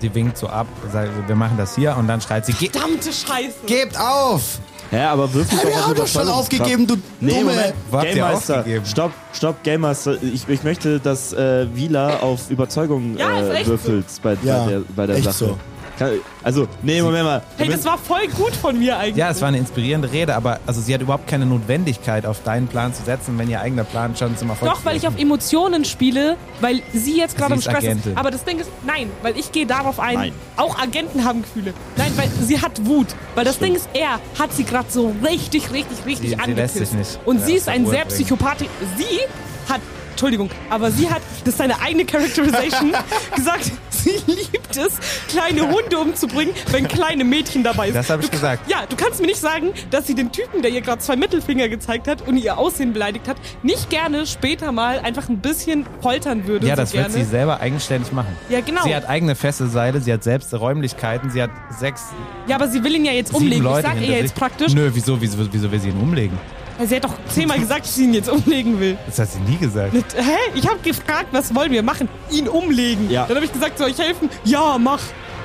Speaker 4: Sie äh, winkt so ab, sagt, wir machen das hier und dann schreit sie, Ge
Speaker 2: Verdammte Scheiße!
Speaker 4: gebt auf!
Speaker 7: Hä, aber wirf mich
Speaker 9: Hab
Speaker 7: Oh, doch
Speaker 9: ich auch doch
Speaker 7: auf
Speaker 9: schon
Speaker 7: Überzeugungskraft.
Speaker 9: aufgegeben, du
Speaker 7: Nee,
Speaker 9: dumme.
Speaker 7: Moment.
Speaker 4: Wo habt
Speaker 7: Game
Speaker 4: ihr
Speaker 7: Master.
Speaker 4: aufgegeben?
Speaker 7: Stopp, stopp, Game Master. Ich, ich möchte, dass äh, Vila auf Überzeugung
Speaker 2: Ja, ist
Speaker 7: äh,
Speaker 2: echt so.
Speaker 7: würfelt bei,
Speaker 6: Ja,
Speaker 7: bei der, bei der
Speaker 6: echt
Speaker 7: Sache.
Speaker 6: so.
Speaker 7: Kann, also, nee, Moment mal.
Speaker 2: Hey, das war voll gut von mir eigentlich.
Speaker 4: Ja, es war eine inspirierende Rede, aber also sie hat überhaupt keine Notwendigkeit, auf deinen Plan zu setzen, wenn ihr eigener Plan schon zum Erfolg
Speaker 2: Doch, weil ich auf Emotionen spiele, weil sie jetzt gerade
Speaker 4: Sie
Speaker 2: im
Speaker 4: ist
Speaker 2: Stress
Speaker 4: Agentin.
Speaker 2: ist. Aber das Ding ist, nein, weil ich gehe darauf ein.
Speaker 7: Nein.
Speaker 2: Auch Agenten haben Gefühle. Nein, weil sie hat Wut. Weil das Ding ist, er hat sie gerade so richtig, richtig, richtig
Speaker 4: Sie- sie lässt
Speaker 2: angepisst.
Speaker 4: sich nicht,
Speaker 2: Und
Speaker 4: äh,
Speaker 2: sie
Speaker 4: aus
Speaker 2: ist
Speaker 4: der
Speaker 2: ein
Speaker 4: Ruhe
Speaker 2: sehr
Speaker 4: bringen.
Speaker 2: Psychopathin. Sie hat, Entschuldigung, aber sie hat, das ist seine eigene Characterization, gesagt, sie liebt es, kleine Hunde umzubringen, wenn kleine Mädchen dabei sind.
Speaker 4: Das habe ich gesagt.
Speaker 2: Ja, du kannst mir nicht sagen, dass sie den Typen, der ihr gerade zwei Mittelfinger gezeigt hat und ihr Aussehen beleidigt hat, nicht gerne später mal einfach ein bisschen poltern würde.
Speaker 4: Ja,
Speaker 2: so
Speaker 4: das
Speaker 2: gerne.
Speaker 4: wird sie selber eigenständig machen.
Speaker 2: Ja, genau.
Speaker 4: Sie hat eigene Fesselseile, sie hat selbst Räumlichkeiten, sie hat sechs,
Speaker 2: ja, aber sie will ihn ja jetzt
Speaker 4: sieben
Speaker 2: umlegen.
Speaker 4: Leute
Speaker 2: ich sag
Speaker 4: hinter
Speaker 2: ihr jetzt
Speaker 4: sich.
Speaker 2: praktisch,
Speaker 4: Nö, wieso, wieso, wieso will sie ihn umlegen?
Speaker 2: sie hat doch zehnmal gesagt, dass sie ihn jetzt umlegen will.
Speaker 4: Das hat sie nie gesagt.
Speaker 2: Mit, hä? Ich habe gefragt, was wollen wir machen? Ihn umlegen.
Speaker 7: Ja.
Speaker 2: Dann habe ich gesagt, soll ich helfen? Ja, mach.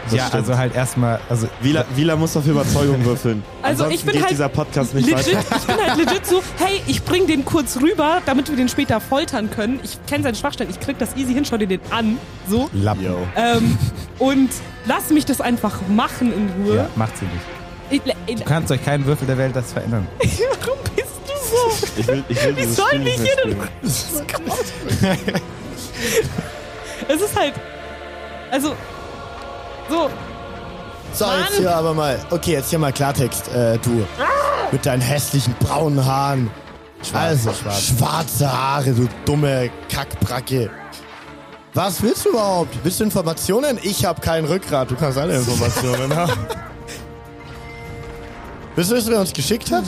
Speaker 4: ja,
Speaker 7: stimmt.
Speaker 4: also halt erstmal, also
Speaker 7: Vila, Vila muss auf Überzeugung würfeln.
Speaker 2: Also,
Speaker 7: Ansonsten
Speaker 2: ich bin
Speaker 7: geht
Speaker 2: halt
Speaker 7: dieser Podcast nicht
Speaker 2: Legit,
Speaker 7: weiter.
Speaker 2: ich bin halt legit so, hey, ich bring den kurz rüber, damit wir den später foltern können. Ich kenne seine Schwachstellen, ich krieg das easy hin, schau dir den an. So.
Speaker 4: Lappen.
Speaker 2: Ähm, und lass mich das einfach machen in Ruhe.
Speaker 4: Ja, macht sie nicht.
Speaker 2: Ich, ich,
Speaker 4: Du kannst euch keinen Würfel der Welt das verändern.
Speaker 2: warum bist du so?
Speaker 7: Ich will, ich will
Speaker 2: Wie
Speaker 7: dieses
Speaker 2: sollen
Speaker 7: Spiel
Speaker 2: wir
Speaker 7: nicht
Speaker 2: hier
Speaker 7: mehr
Speaker 2: denn-
Speaker 7: spielen.
Speaker 2: Es ist halt. Also. So,
Speaker 6: So, jetzt hier aber mal. Okay, jetzt hier mal Klartext, äh, du. Mit deinen hässlichen braunen Haaren. also, schwarze Haare, du dumme Kackbracke. Was willst du überhaupt? Willst du Informationen? Ich habe kein Rückgrat. Du kannst alle Informationen haben. Willst du wissen, wer uns geschickt hat?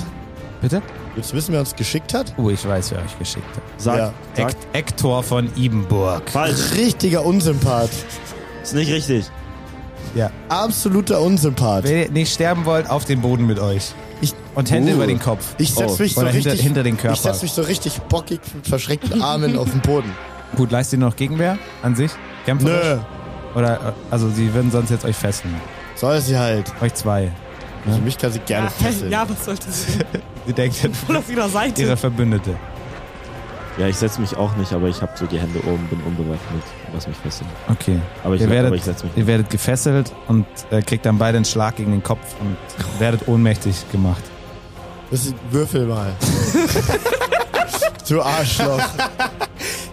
Speaker 4: Bitte?
Speaker 6: Willst du wissen, wer uns geschickt hat?
Speaker 4: Oh, ich weiß, wer euch geschickt hat.
Speaker 7: Sag,
Speaker 6: Ja.
Speaker 7: sag
Speaker 4: Ekt- Ektor von Ibenburg.
Speaker 7: falsch.
Speaker 6: Richtiger Unsympath.
Speaker 7: Ist nicht richtig.
Speaker 6: Absoluter Unsympath.
Speaker 4: Wenn ihr nicht sterben wollt, auf den Boden mit euch.
Speaker 6: Ich-
Speaker 4: Und Hände
Speaker 7: Uh.
Speaker 4: über den Kopf.
Speaker 6: Ich setz
Speaker 4: Oh.
Speaker 6: mich so
Speaker 4: Oder
Speaker 6: richtig
Speaker 4: hinter, hinter den
Speaker 6: Ich
Speaker 4: Körper.
Speaker 6: setz mich so richtig bockig mit verschränkten Armen auf den Boden.
Speaker 4: Gut, leistet ihr noch Gegenwehr an sich? Kämpfen?
Speaker 6: Nö,
Speaker 4: Oder, äh, also sie würden sonst jetzt euch fesseln.
Speaker 6: soll sie halt.
Speaker 4: Euch zwei.
Speaker 6: Also mich kann sie gerne fesseln.
Speaker 2: ja, was sollte sie denn?
Speaker 4: Sie denkt, ihr
Speaker 2: Voll auf ihrer Seite.
Speaker 4: ihre Verbündete.
Speaker 7: Ja, ich setze mich auch nicht, aber ich habe so die Hände oben, bin unbewaffnet. Lass mich fesseln.
Speaker 4: Okay.
Speaker 7: Aber ich,
Speaker 4: ihr, werdet,
Speaker 7: aber ich setze mich.
Speaker 4: ihr werdet gefesselt und äh, kriegt dann beide einen Schlag gegen den Kopf und werdet ohnmächtig gemacht.
Speaker 6: Das ist, würfel mal. du Arschloch.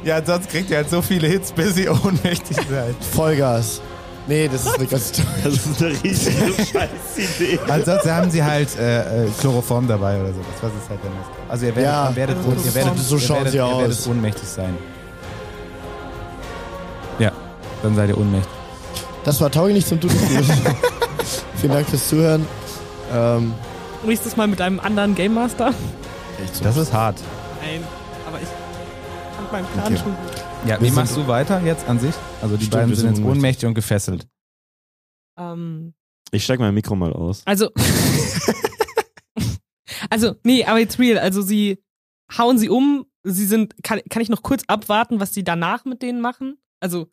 Speaker 4: Ja, sonst kriegt ihr halt so viele Hits, bis ihr ohnmächtig seid.
Speaker 6: Vollgas. Nee, das ist also eine ganz tolle.
Speaker 7: Das ist eine riesige Scheißidee.
Speaker 4: Ansonsten haben sie halt äh, äh, Chloroform dabei oder sowas. Was ist halt denn das? Also ihr werdet,
Speaker 6: Ja,
Speaker 4: ihr werdet,
Speaker 6: Chloroform.
Speaker 4: ihr werdet,
Speaker 6: So
Speaker 4: ihr
Speaker 6: schauen
Speaker 4: werdet,
Speaker 6: sie
Speaker 4: ihr
Speaker 6: aus.
Speaker 4: werdet ohnmächtig sein. Ja, dann seid ihr ohnmächtig.
Speaker 6: Das war tauglich zum Tun. Vielen Dank fürs Zuhören. Ähm,
Speaker 2: Nächstes Mal mit einem anderen Game Master.
Speaker 6: echt so.
Speaker 4: Das ist hart.
Speaker 2: Nein, aber ich fand meinen Plan
Speaker 6: Okay.
Speaker 2: schon gut.
Speaker 4: Ja,
Speaker 6: Wir
Speaker 4: wie
Speaker 6: sind-
Speaker 4: machst du weiter jetzt an sich? Also die
Speaker 6: Stimmt,
Speaker 4: beiden
Speaker 6: wir
Speaker 4: sind
Speaker 6: sind
Speaker 4: jetzt ohnmächtig und gefesselt.
Speaker 2: Ähm,
Speaker 7: Ich steig mein Mikro mal aus.
Speaker 2: also. also, nee, aber jetzt real. Also, sie hauen sie um. Sie sind. Kann, kann ich noch kurz abwarten, was sie danach mit denen machen? Also.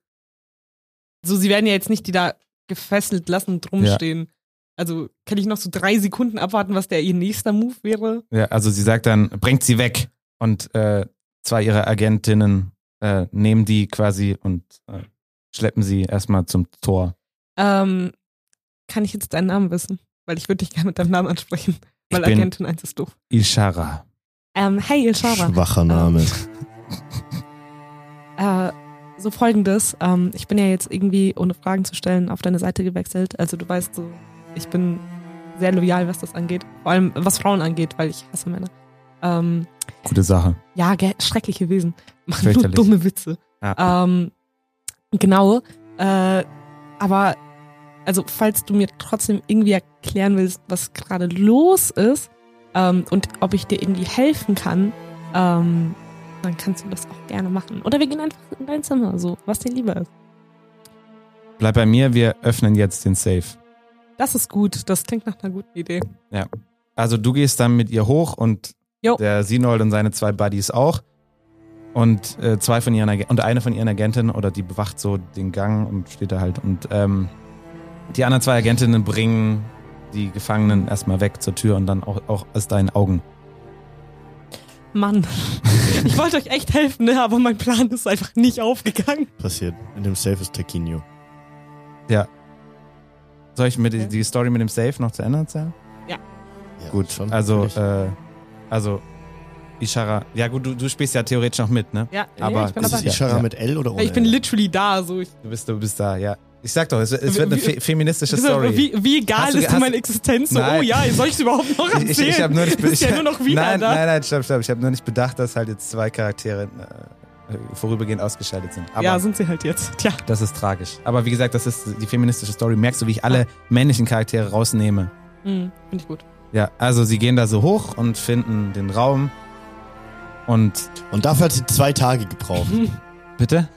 Speaker 2: So, sie werden ja jetzt nicht die da gefesselt lassen rumstehen. Also, kann ich noch so drei Sekunden abwarten, was der ihr nächster Move wäre?
Speaker 4: Ja, also sie sagt dann, bringt sie weg. Und äh, zwei ihrer Agentinnen äh, nehmen die quasi und äh, schleppen sie erstmal zum Tor.
Speaker 2: Ähm, kann ich jetzt deinen Namen wissen? Weil ich würde dich gerne mit deinem Namen ansprechen. Weil
Speaker 4: bin-
Speaker 2: Agentin 1 ist doof.
Speaker 4: Ishara.
Speaker 2: Ähm, hey, Ilshara.
Speaker 6: Schwacher Name.
Speaker 2: Äh, so folgendes, ähm, ich bin ja jetzt irgendwie, ohne Fragen zu stellen, auf deine Seite gewechselt. Also du weißt so, ich bin sehr loyal, was das angeht. Vor allem was Frauen angeht, weil ich hasse Männer. Ähm,
Speaker 4: Gute Sache.
Speaker 2: ja, ge- schreckliche Wesen. Machen nur
Speaker 4: Fürchterlich.
Speaker 2: dumme Witze.
Speaker 4: Ja.
Speaker 2: Ähm, genau. Äh, aber, also falls du mir trotzdem irgendwie erklären willst, was gerade los ist ähm, und ob ich dir irgendwie helfen kann, ähm, dann kannst du das auch gerne machen. Oder wir gehen einfach in dein Zimmer, so, was dir lieber ist.
Speaker 4: Bleib bei mir, wir öffnen jetzt den Safe.
Speaker 2: Das ist gut, das klingt nach einer guten Idee.
Speaker 4: Also du gehst dann mit ihr hoch und
Speaker 2: Jo.
Speaker 4: der Sinold und seine zwei Buddies auch. Und äh, zwei von ihren Ag- und eine von ihren Agentinnen oder die bewacht so den Gang und steht da halt. Und ähm, die anderen zwei Agentinnen bringen die Gefangenen erstmal weg zur Tür und dann auch, auch aus deinen Augen.
Speaker 2: Mann, ich wollte euch echt helfen, ne? aber mein Plan ist einfach nicht aufgegangen.
Speaker 6: Passiert. In dem Safe ist Taquinho.
Speaker 4: Soll ich mir die, die Story mit dem Safe noch zu Ende erzählen?
Speaker 6: Ja,
Speaker 4: Gut,
Speaker 6: schon.
Speaker 4: also,
Speaker 6: Mhm, Natürlich.
Speaker 4: äh, also Ishara, ja gut, du, du spielst ja theoretisch noch mit, ne?
Speaker 2: Ja,
Speaker 4: Aber
Speaker 2: ich bin
Speaker 4: das
Speaker 6: ist
Speaker 2: dabei.
Speaker 6: es
Speaker 4: ja-
Speaker 6: Ishara mit L oder ohne
Speaker 2: Ich bin
Speaker 6: L?
Speaker 2: literally da, so. Ich,
Speaker 4: Du bist, du bist da, ja. Ich sag doch, es, es wird eine
Speaker 2: Wie-
Speaker 4: fe feministische Story.
Speaker 2: wie, wie egal
Speaker 4: Hast du-
Speaker 2: ist dir
Speaker 4: hast-
Speaker 2: meine Existenz? So,
Speaker 4: Nein.
Speaker 2: oh ja, soll ich es überhaupt noch erzählen?
Speaker 4: Ich, ich habe nur nicht,
Speaker 2: du bist
Speaker 4: ich,
Speaker 2: ja nur noch wieder ne?
Speaker 4: nein,
Speaker 2: da.
Speaker 4: Nein, nein, stopp, stopp. Ich habe nur nicht bedacht, dass halt jetzt zwei Charaktere äh, vorübergehend ausgeschaltet sind. Aber
Speaker 2: ja, sind sie halt jetzt. Tja,
Speaker 4: das ist tragisch. Aber wie gesagt, das ist die feministische Story. Merkst du, wie ich alle männlichen Charaktere rausnehme?
Speaker 2: hm, finde ich gut.
Speaker 4: Ja, also sie gehen da so hoch und finden den Raum. Und
Speaker 6: Und dafür hat sie zwei Tage gebraucht.
Speaker 2: Mhm.
Speaker 4: bitte?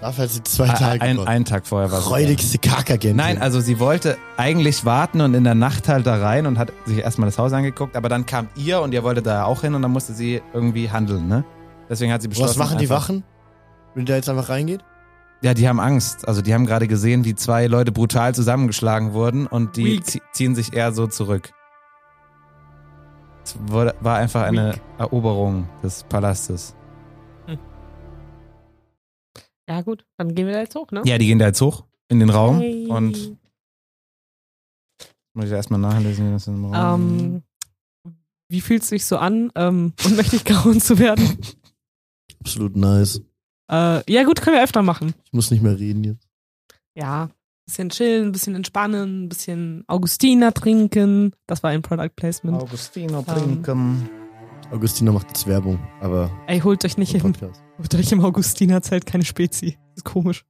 Speaker 6: dafür hat sie zwei Tage
Speaker 4: Ein,
Speaker 6: gebraucht.
Speaker 4: ein Tag vorher war sie da.
Speaker 6: Räudigste Kackagentin.
Speaker 4: Nein, also sie wollte eigentlich warten und in der Nacht halt da rein und hat sich erstmal das Haus angeguckt, aber dann kamt ihr und ihr wollte da auch hin und dann musste sie irgendwie handeln, ne? Deswegen hat sie beschlossen.
Speaker 6: Was machen die
Speaker 4: einfach-
Speaker 6: Wachen? Wenn der jetzt einfach reingeht?
Speaker 4: Ja, die haben Angst. Also die haben gerade gesehen, wie zwei Leute brutal zusammengeschlagen wurden und die
Speaker 2: Weak.
Speaker 4: zie- ziehen sich eher so zurück. Es wurde, war einfach eine Eroberung des Palastes.
Speaker 2: Ja, gut, dann gehen wir da jetzt hoch, ne?
Speaker 4: Ja, die gehen da jetzt hoch in den Raum
Speaker 2: Hey.
Speaker 4: und muss ich erstmal nachlesen, wie das in dem Raum
Speaker 2: Ähm, wie fühlt es sich so an, ähm, unmächtig gehauen zu werden?
Speaker 6: Absolut nice.
Speaker 2: Äh, ja, gut, können wir öfter machen.
Speaker 6: Ich muss nicht mehr reden jetzt.
Speaker 2: Ja. Bisschen chillen, bisschen entspannen, bisschen Augustiner trinken. Das war ein Product Placement.
Speaker 4: Augustino
Speaker 2: trinken.
Speaker 6: Augustina macht jetzt Werbung, aber
Speaker 2: Ey, holt euch nicht
Speaker 6: im
Speaker 2: im,
Speaker 6: Podcast.
Speaker 2: holt euch im Augustinerzelt keine Spezi. Das ist komisch.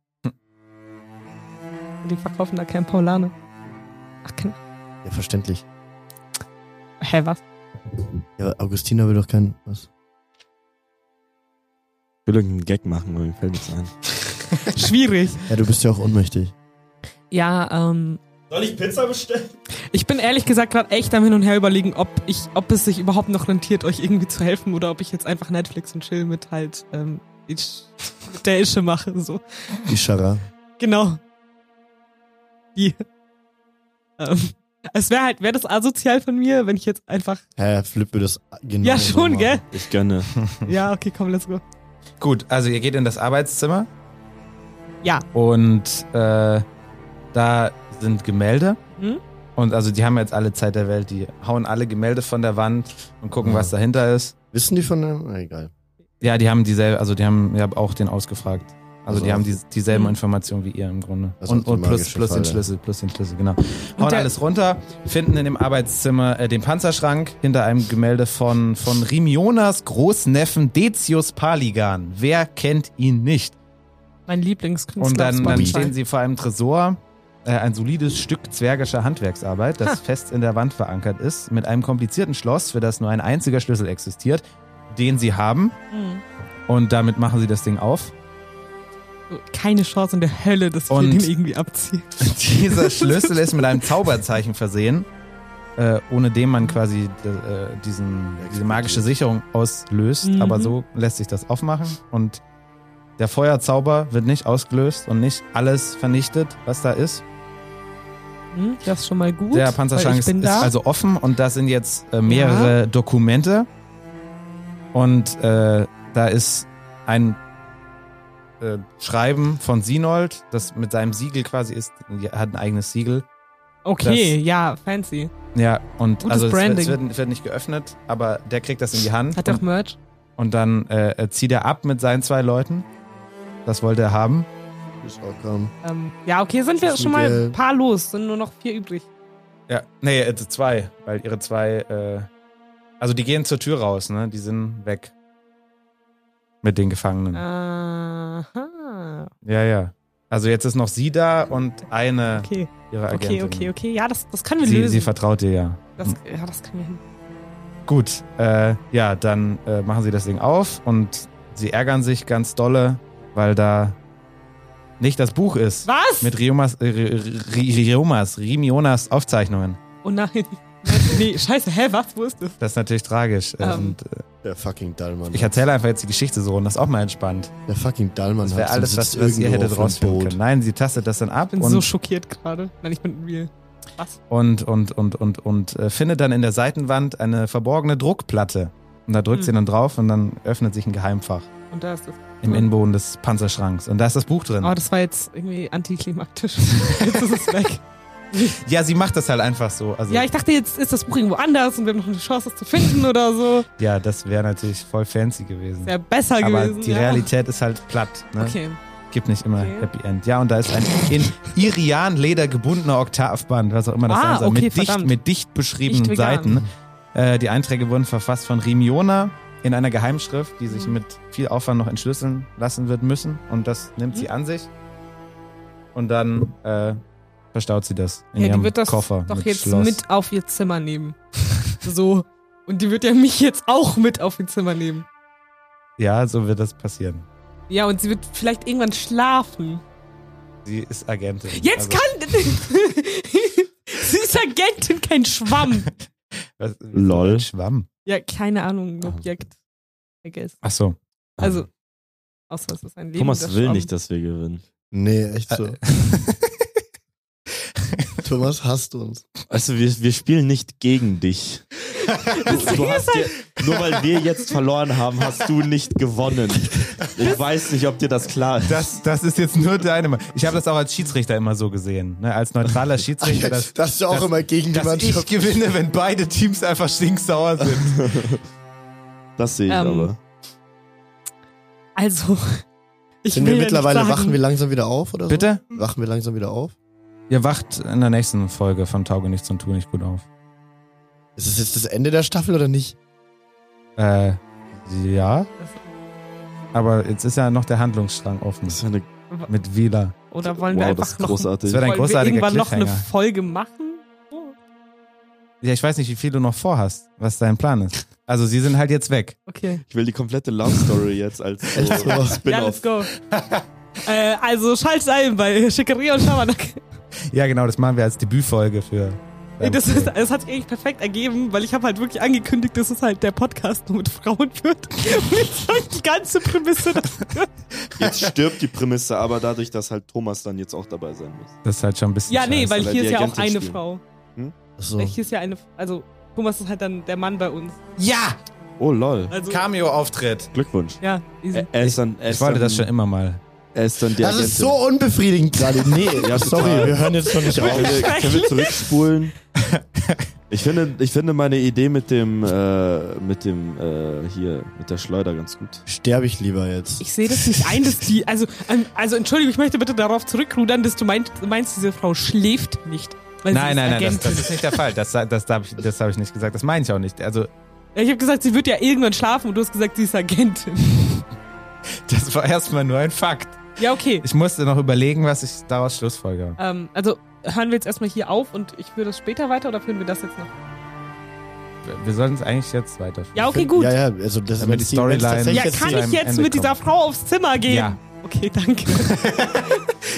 Speaker 2: Die verkaufen da kein Paulaner. Ach, kein.
Speaker 6: Ja, verständlich.
Speaker 2: Hä, was?
Speaker 6: Ja, aber Augustina will doch kein. Was?
Speaker 7: Ich will irgendeinen Gag machen, aber mir fällt nichts ein.
Speaker 2: Schwierig.
Speaker 6: Ja, du bist ja auch ohnmächtig.
Speaker 2: Ja, ähm,
Speaker 3: Soll ich Pizza bestellen?
Speaker 2: Ich bin ehrlich gesagt gerade echt am Hin und Her überlegen, ob ich, ob es sich überhaupt noch rentiert, euch irgendwie zu helfen oder ob ich jetzt einfach Netflix und Chill mit halt ähm, ich, mit der Ische mache. So.
Speaker 6: Ishara.
Speaker 2: Genau. Die. Ähm, es wäre halt, wäre das asozial von mir, wenn ich jetzt einfach.
Speaker 6: Hä, Flip will das genau.
Speaker 2: ja, schon,
Speaker 6: so machen.
Speaker 2: gell?
Speaker 7: Ich gönne.
Speaker 2: Ja, okay, komm, let's go.
Speaker 4: Gut, also ihr geht in das Arbeitszimmer.
Speaker 2: Ja.
Speaker 4: Und äh, da sind Gemälde.
Speaker 2: Mhm.
Speaker 4: Und also die haben jetzt alle Zeit der Welt. Die hauen alle Gemälde von der Wand und gucken,
Speaker 6: Mhm.
Speaker 4: was dahinter ist.
Speaker 6: Wissen die von dem? Ah, egal.
Speaker 4: Ja, die haben dieselbe, also die haben ja auch den ausgefragt. Also,
Speaker 6: Also
Speaker 4: die haben die, dieselben
Speaker 2: Mhm.
Speaker 4: Informationen wie ihr im Grunde.
Speaker 6: Also
Speaker 4: und
Speaker 6: auch die
Speaker 4: und plus,
Speaker 6: magische
Speaker 4: plus den
Speaker 6: Falle.
Speaker 4: Schlüssel, plus den Schlüssel, genau. Hauen
Speaker 2: der-
Speaker 4: alles runter, finden in dem Arbeitszimmer äh, den Panzerschrank hinter einem Gemälde von, von Rimionas Großneffen Decius Paligan. Wer kennt ihn nicht?
Speaker 2: Mein Lieblingskünstler.
Speaker 4: Und dann,
Speaker 2: auf
Speaker 4: dann
Speaker 2: Spotify.
Speaker 4: stehen sie vor einem Tresor, äh, ein solides Stück zwergischer Handwerksarbeit, das fest in der Wand verankert ist, mit einem komplizierten Schloss, für das nur ein einziger Schlüssel existiert, den sie haben.
Speaker 2: Mhm.
Speaker 4: Und damit machen sie das Ding auf.
Speaker 2: So, Keine Chance in der Hölle, dass wir
Speaker 4: Und-
Speaker 2: den irgendwie abziehen.
Speaker 4: Dieser Schlüssel ist mit einem Zauberzeichen versehen, äh, ohne dem man quasi äh, diesen, diese magische Sicherung auslöst.
Speaker 2: Mhm.
Speaker 4: Aber so lässt sich das aufmachen und der Feuerzauber wird nicht ausgelöst und nicht alles vernichtet, was da ist.
Speaker 2: Hm, das ist schon mal gut.
Speaker 4: Der
Speaker 2: weil
Speaker 4: Panzerschrank
Speaker 2: ich
Speaker 4: ist,
Speaker 2: bin
Speaker 4: ist
Speaker 2: da.
Speaker 4: also offen und da sind jetzt äh, mehrere Dokumente. Und äh, da ist ein äh, Schreiben von Sinold, das mit seinem Siegel quasi ist, er hat ein eigenes Siegel.
Speaker 2: Okay, ja, fancy.
Speaker 4: Ja, und
Speaker 2: Gutes
Speaker 4: also es wird, es,
Speaker 2: Branding.
Speaker 4: wird, es wird nicht geöffnet, aber der kriegt das in die Hand.
Speaker 2: Hat er auch Merch?
Speaker 4: Und dann äh, äh, zieht er ab mit seinen zwei Leuten. Das wollte er haben.
Speaker 2: Ähm, ja, okay, sind wir
Speaker 6: ist
Speaker 2: schon mal
Speaker 6: Miguel.
Speaker 2: ein paar los, sind nur noch vier übrig.
Speaker 4: Ja, nee, äh, zwei, weil ihre zwei, äh, also die gehen zur Tür raus, ne? Die sind weg. Mit den Gefangenen.
Speaker 2: Ah. Aha.
Speaker 4: Ja, ja. Also jetzt ist noch sie da und eine
Speaker 2: Okay,
Speaker 4: ihrer Agentin.
Speaker 2: okay, okay, okay. Ja, das, das können wir
Speaker 4: Sie,
Speaker 2: lösen.
Speaker 4: sie vertraut dir, ja.
Speaker 2: das, ja, das können wir hin.
Speaker 4: Gut, äh, ja, dann äh, machen sie das Ding auf und sie ärgern sich ganz dolle, weil da nicht das Buch ist.
Speaker 2: Was?
Speaker 4: Mit Riomas, äh, Ri- Ri- Riomas, Rimionas Aufzeichnungen.
Speaker 2: oh nein. nee, scheiße, hä, was? Wo ist das?
Speaker 4: Das ist natürlich tragisch. Äh,
Speaker 2: Ähm.
Speaker 4: Und, äh,
Speaker 6: Der fucking Dallmann.
Speaker 4: ich erzähle einfach jetzt die Geschichte so und das ist auch mal entspannt.
Speaker 6: Der fucking Dallmann
Speaker 4: Das
Speaker 6: hat
Speaker 4: wäre alles,
Speaker 6: sitzt
Speaker 4: was, was ihr
Speaker 6: irgendwo
Speaker 4: hättet
Speaker 6: auf einem
Speaker 4: rausfinden
Speaker 6: Boot.
Speaker 4: können. Nein, sie tastet das dann ab
Speaker 2: Ich bin
Speaker 4: und
Speaker 2: so schockiert gerade. Nein, ich bin real. Was?
Speaker 4: und, und, und, und, und äh, findet dann in der Seitenwand eine verborgene Druckplatte. Und da drückt
Speaker 2: Hm.
Speaker 4: sie dann drauf und dann öffnet sich ein Geheimfach
Speaker 2: Und da ist das.
Speaker 4: im
Speaker 2: Hm.
Speaker 4: Innenboden des Panzerschranks. Und da ist das Buch drin.
Speaker 2: Oh, das war jetzt irgendwie antiklimaktisch. jetzt ist es weg.
Speaker 4: ja, sie macht das halt einfach so. Also,
Speaker 2: Ja,
Speaker 4: ja,
Speaker 2: ich dachte, jetzt ist das Buch irgendwo anders und wir haben noch eine Chance, es zu finden oder so.
Speaker 4: das wäre natürlich voll fancy gewesen.
Speaker 2: Wäre besser
Speaker 4: Aber
Speaker 2: gewesen.
Speaker 4: die
Speaker 2: ja.
Speaker 4: Realität ist halt platt. Ne?
Speaker 2: Okay.
Speaker 4: Gibt nicht immer
Speaker 2: Okay.
Speaker 4: Happy End. Ja, und da ist ein in Irian-Leder gebundener Oktavband, was auch immer das
Speaker 2: Ah,
Speaker 4: sein soll,
Speaker 2: okay,
Speaker 4: mit, dicht,
Speaker 2: verdammt.
Speaker 4: mit dicht beschriebenen
Speaker 2: Nicht vegan.
Speaker 4: Seiten. Äh, die Einträge wurden verfasst von Rimiona in einer Geheimschrift, die
Speaker 2: Mhm.
Speaker 4: sich mit viel Aufwand noch entschlüsseln lassen wird müssen. Und das nimmt
Speaker 2: Mhm.
Speaker 4: sie an sich. Und dann äh, verstaut sie das in
Speaker 2: Ja,
Speaker 4: ihrem
Speaker 2: die wird das
Speaker 4: Koffer
Speaker 2: doch
Speaker 4: mit
Speaker 2: jetzt
Speaker 4: Schloss.
Speaker 2: mit auf ihr Zimmer nehmen. so. Und die wird ja mich jetzt auch mit auf ihr Zimmer nehmen.
Speaker 4: Ja, so wird das passieren.
Speaker 2: Ja, und sie wird vielleicht irgendwann schlafen.
Speaker 4: Sie ist Agentin. Also,
Speaker 2: Jetzt kann. sie ist Agentin, kein Schwamm.
Speaker 4: Was, was
Speaker 7: Lol.
Speaker 4: Ein Schwamm.
Speaker 2: Ja, keine Ahnung, ein Objekt. I guess.
Speaker 4: Ach so.
Speaker 2: Also, außer es ist ein Leben.
Speaker 7: Thomas will nicht, dass wir gewinnen.
Speaker 4: ne?
Speaker 6: Nee, echt so.
Speaker 4: Äh.
Speaker 6: Thomas hasst uns.
Speaker 7: Also wir, wir spielen nicht gegen dich. Du, halt- du hast dir, nur weil wir jetzt verloren haben, hast du nicht gewonnen. Ich weiß nicht, ob dir das klar ist.
Speaker 4: Das, das ist jetzt nur deine Meinung. Ich habe das auch als Schiedsrichter immer so gesehen. Ne? Als neutraler Schiedsrichter, dass,
Speaker 6: Das ist auch
Speaker 4: das-
Speaker 6: immer gegen die
Speaker 4: dass ich
Speaker 6: Mannschaft.
Speaker 4: gewinne, wenn beide Teams einfach stinksauer sind.
Speaker 7: Das sehe ich
Speaker 2: Ähm,
Speaker 7: aber.
Speaker 2: Also, ich
Speaker 6: Sind
Speaker 2: will
Speaker 6: wir
Speaker 2: ja
Speaker 6: mittlerweile,
Speaker 2: nicht sagen,
Speaker 6: wachen wir langsam wieder auf oder so?
Speaker 4: Bitte?
Speaker 6: Wachen wir langsam wieder auf?
Speaker 4: Ihr wacht in der nächsten Folge von Tauge nichts und tu nicht gut auf.
Speaker 6: Ist es jetzt das Ende der Staffel oder nicht?
Speaker 4: Äh, ja. Aber jetzt ist ja noch der Handlungsstrang offen.
Speaker 7: Das ist eine,
Speaker 4: Mit Wila.
Speaker 2: Oder wollen wir
Speaker 7: wow,
Speaker 2: einfach
Speaker 7: das ist
Speaker 2: noch, wollen
Speaker 4: Das
Speaker 7: großartig.
Speaker 4: wäre ein
Speaker 2: wir
Speaker 4: großartiger
Speaker 2: irgendwann noch eine
Speaker 4: Cliffhanger.
Speaker 2: Folge machen?
Speaker 4: Ja, ich weiß nicht, wie viel du noch vorhast, was dein Plan ist. Also, sie sind halt jetzt weg.
Speaker 2: Okay.
Speaker 7: Ich will die komplette Love Story jetzt als so
Speaker 2: Ja, let's
Speaker 7: Spin-off.
Speaker 2: go. äh, also schaltet ein bei Schickeria und Schabernack.
Speaker 4: Ja, genau, das machen wir als Debütfolge für.
Speaker 2: Das, ist, das hat sich eigentlich perfekt ergeben, weil ich habe halt wirklich angekündigt, dass es halt der Podcast nur mit Frauen wird. Und jetzt hab ich die ganze Prämisse. dass-
Speaker 7: Jetzt stirbt die Prämisse, aber dadurch, dass halt Thomas dann jetzt auch dabei sein muss.
Speaker 4: das ist halt schon ein bisschen.
Speaker 2: Ja, nee,
Speaker 4: scheiße.
Speaker 2: weil
Speaker 7: weil
Speaker 2: hier
Speaker 7: die
Speaker 2: ist ja auch
Speaker 7: Agentin
Speaker 2: eine
Speaker 7: spielen.
Speaker 2: Frau.
Speaker 6: Achso.
Speaker 2: Hier ist ja eine, also Thomas ist halt dann der Mann bei uns.
Speaker 4: Ja!
Speaker 7: Oh lol.
Speaker 2: Also,
Speaker 4: Cameo-Auftritt.
Speaker 7: Glückwunsch.
Speaker 2: ja, easy.
Speaker 7: Er, er ist dann, er
Speaker 4: Ich
Speaker 7: ist
Speaker 4: wollte
Speaker 7: dann,
Speaker 4: das schon immer mal.
Speaker 7: Er ist dann die
Speaker 6: Das
Speaker 7: Agentin.
Speaker 6: ist so unbefriedigend gerade. Nee,
Speaker 7: Ja,
Speaker 6: sorry,
Speaker 7: total.
Speaker 6: wir hören jetzt noch nicht auf.
Speaker 7: Können wir,
Speaker 4: Äh,
Speaker 7: können wir zurückspulen? Ich finde, ich finde meine Idee mit dem, äh, mit dem, äh, hier, mit der Schleuder ganz gut.
Speaker 6: Sterbe ich lieber jetzt.
Speaker 2: Ich sehe das nicht ein, dass die. Also, ähm, also Entschuldigung, ich möchte bitte darauf zurückrudern, dass du meint, meinst, diese Frau schläft nicht. Weil
Speaker 4: Nein,
Speaker 2: sie ist
Speaker 4: nein, nein, das,
Speaker 2: Agentin.
Speaker 4: das ist nicht der Fall. Das, das, das habe ich, das hab ich nicht gesagt. Das meine ich auch nicht. Also,
Speaker 2: Ja, Ich habe gesagt, sie wird ja irgendwann schlafen und du hast gesagt, sie ist Agentin.
Speaker 4: das war erstmal nur ein Fakt.
Speaker 2: Ja, okay.
Speaker 4: Ich musste noch überlegen, was ich daraus schlussfolgere.
Speaker 2: Ähm, also hören wir jetzt erstmal hier auf und ich führe das später weiter oder führen wir das jetzt noch?
Speaker 4: Wir- Wir sollten es eigentlich jetzt weiterführen.
Speaker 2: Ja, okay, gut.
Speaker 6: Ja,
Speaker 2: Ja,
Speaker 6: ja, also das
Speaker 4: Damit die
Speaker 6: wenn's wenn's
Speaker 4: Storyline-
Speaker 6: tatsächlich
Speaker 4: Ja,
Speaker 6: jetzt
Speaker 2: kann
Speaker 4: zu
Speaker 2: ich
Speaker 4: einem
Speaker 2: jetzt
Speaker 4: Ende
Speaker 2: mit dieser
Speaker 4: kommen.
Speaker 2: Frau aufs Zimmer gehen?
Speaker 4: Ja.
Speaker 2: Okay, danke.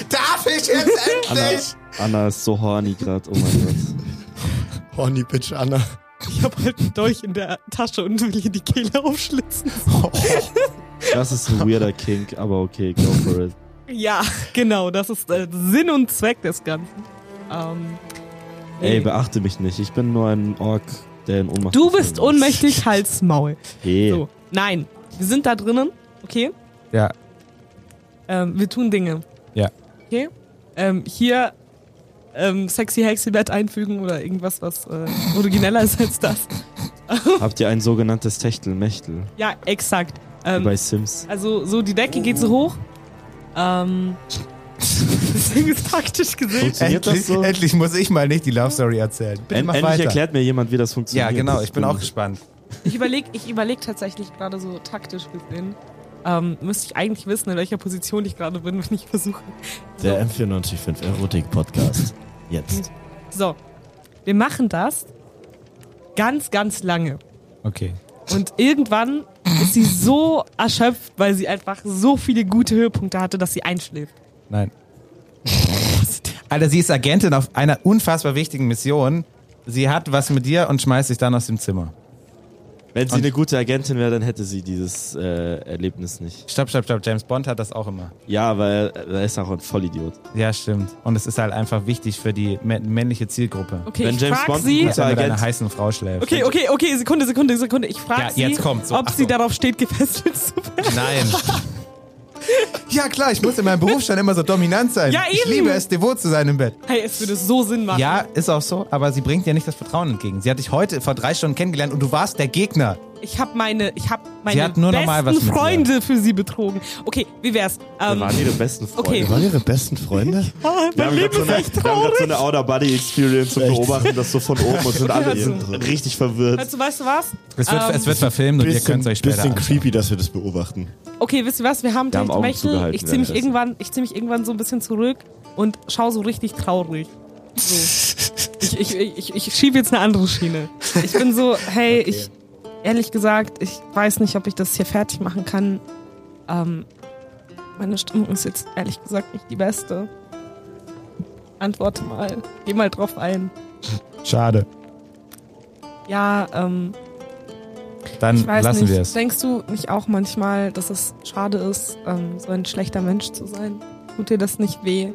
Speaker 3: Darf ich jetzt
Speaker 7: Anna,
Speaker 3: endlich?
Speaker 7: Anna ist so horny gerade, oh mein Gott.
Speaker 6: Horny Oh, Bitch Anna.
Speaker 2: Ich habe halt einen Dolch in der Tasche und will hier die Kehle aufschlitzen.
Speaker 7: Das ist ein weirder Kink, aber okay, go for it.
Speaker 2: Ja, genau, das ist äh, Sinn und Zweck des Ganzen. Ähm,
Speaker 7: Ey,
Speaker 2: nee.
Speaker 7: beachte mich nicht, ich bin nur ein Ork, der in Ohnmacht
Speaker 2: du bist
Speaker 7: gefallen ist.
Speaker 2: ohnmächtig, Hals, Maul.
Speaker 7: Hey.
Speaker 2: So, nein, wir sind da drinnen, okay?
Speaker 4: Ja.
Speaker 2: Ähm, wir tun Dinge.
Speaker 4: Ja.
Speaker 2: Okay? Ähm, hier ähm, sexy Hexibett einfügen oder irgendwas, was äh, origineller ist als das.
Speaker 7: Habt ihr ein sogenanntes Techtelmechtel
Speaker 2: Ja, exakt.
Speaker 7: wie
Speaker 2: Ähm,
Speaker 7: bei Sims?
Speaker 2: also so die Decke geht so hoch. Ähm, deswegen ist taktisch gesehen.
Speaker 7: Funktioniert
Speaker 4: endlich,
Speaker 7: das so?
Speaker 4: endlich muss ich mal nicht die Love Story erzählen. Bitte
Speaker 7: End-
Speaker 4: mach
Speaker 7: endlich
Speaker 4: weiter.
Speaker 7: erklärt mir jemand, wie das
Speaker 4: Ja,
Speaker 7: funktioniert.
Speaker 4: genau,
Speaker 7: Das
Speaker 4: ich bin auch gespannt.
Speaker 2: Ich überlege ich überleg tatsächlich gerade so taktisch gesehen. Ähm, müsste ich eigentlich wissen, in welcher Position ich gerade bin, wenn ich versuche.
Speaker 9: Der M945 Erotik Podcast. Jetzt.
Speaker 2: So, wir machen das ganz, ganz lange.
Speaker 4: Okay.
Speaker 2: Und irgendwann ist sie so erschöpft, weil sie einfach so viele gute Höhepunkte hatte, dass sie einschläft.
Speaker 4: Nein. Alter, sie ist Agentin auf einer unfassbar wichtigen Mission. Sie hat was mit dir und schmeißt dich dann aus dem Zimmer.
Speaker 7: Wenn sie eine gute Agentin wäre, dann hätte sie dieses äh, Erlebnis nicht.
Speaker 4: Stopp, stopp, stopp. James Bond hat das auch immer.
Speaker 7: Ja, weil er er ist auch ein Vollidiot.
Speaker 4: Ja, stimmt. Und es ist halt einfach wichtig für die mä- männliche Zielgruppe.
Speaker 2: Okay,
Speaker 7: Wenn
Speaker 2: ich
Speaker 7: James
Speaker 2: frag
Speaker 7: Bond
Speaker 2: sie.
Speaker 7: ein
Speaker 4: Dass er mit
Speaker 7: Agent.
Speaker 4: einer heißen Frau schläft.
Speaker 2: Okay, okay, okay, Sekunde, Sekunde, Sekunde. Ich frage
Speaker 4: Ja,
Speaker 2: sie,
Speaker 4: jetzt kommt's. So,
Speaker 2: ob
Speaker 4: ach
Speaker 2: sie
Speaker 4: so.
Speaker 2: darauf steht, gefesselt zu werden.
Speaker 4: Nein. ja, klar, ich muss in meinem Beruf schon immer so dominant sein.
Speaker 2: Ja,
Speaker 4: Ich
Speaker 2: eben.
Speaker 4: liebe es, devot zu sein im Bett.
Speaker 2: Hey, es würde so Sinn machen.
Speaker 4: Ja, ist auch so, aber sie bringt dir nicht das Vertrauen entgegen. Sie hat dich heute vor drei Stunden kennengelernt und du warst der Gegner.
Speaker 2: Ich habe meine, ich hab meine
Speaker 4: Sie hat nur
Speaker 2: besten
Speaker 4: normal was mit dir.
Speaker 2: Freunde für sie betrogen. Okay, wie wär's?
Speaker 7: Wir
Speaker 2: Ähm,
Speaker 7: waren ihre besten Freunde.
Speaker 2: okay.
Speaker 9: Waren ihre besten Freunde?
Speaker 2: Ah,
Speaker 7: Wir
Speaker 2: mein
Speaker 7: haben gerade
Speaker 2: Leben
Speaker 7: so
Speaker 2: ist
Speaker 7: eine,
Speaker 2: echt
Speaker 7: wir haben grad so eine Outer Body Experience und beobachten das so von oben und sind alle
Speaker 2: Okay, also-
Speaker 7: richtig verwirrt.
Speaker 2: Weißt du, weißt du was?
Speaker 4: Es wird,
Speaker 2: Ähm,
Speaker 4: es wird verfilmt und ihr könnt es euch später
Speaker 9: bisschen
Speaker 4: anschauen.
Speaker 9: creepy, dass wir das beobachten.
Speaker 2: Okay, wisst ihr was? Wir haben
Speaker 7: Wir haben Augen
Speaker 2: Techtelmechtel.
Speaker 7: zugehalten
Speaker 2: Ich ziehe mich,
Speaker 7: währenddessen.
Speaker 2: irgendwann- ich zieh mich irgendwann so ein bisschen zurück und schaue so richtig traurig. So. ich ich, ich, ich, ich schiebe jetzt eine andere Schiene. Ich bin so, hey, ich, ehrlich gesagt, ich weiß nicht, ob ich das hier fertig machen kann. Ähm, meine Stimmung ist jetzt ehrlich gesagt nicht die beste. Antworte mal. Geh mal drauf ein.
Speaker 4: Schade.
Speaker 2: Ja, ähm,
Speaker 4: Dann
Speaker 2: Ich weiß
Speaker 4: lassen
Speaker 2: nicht.
Speaker 4: wir es.
Speaker 2: Denkst du nicht auch manchmal, dass es schade ist, ähm, so ein schlechter Mensch zu sein? Tut dir das nicht weh?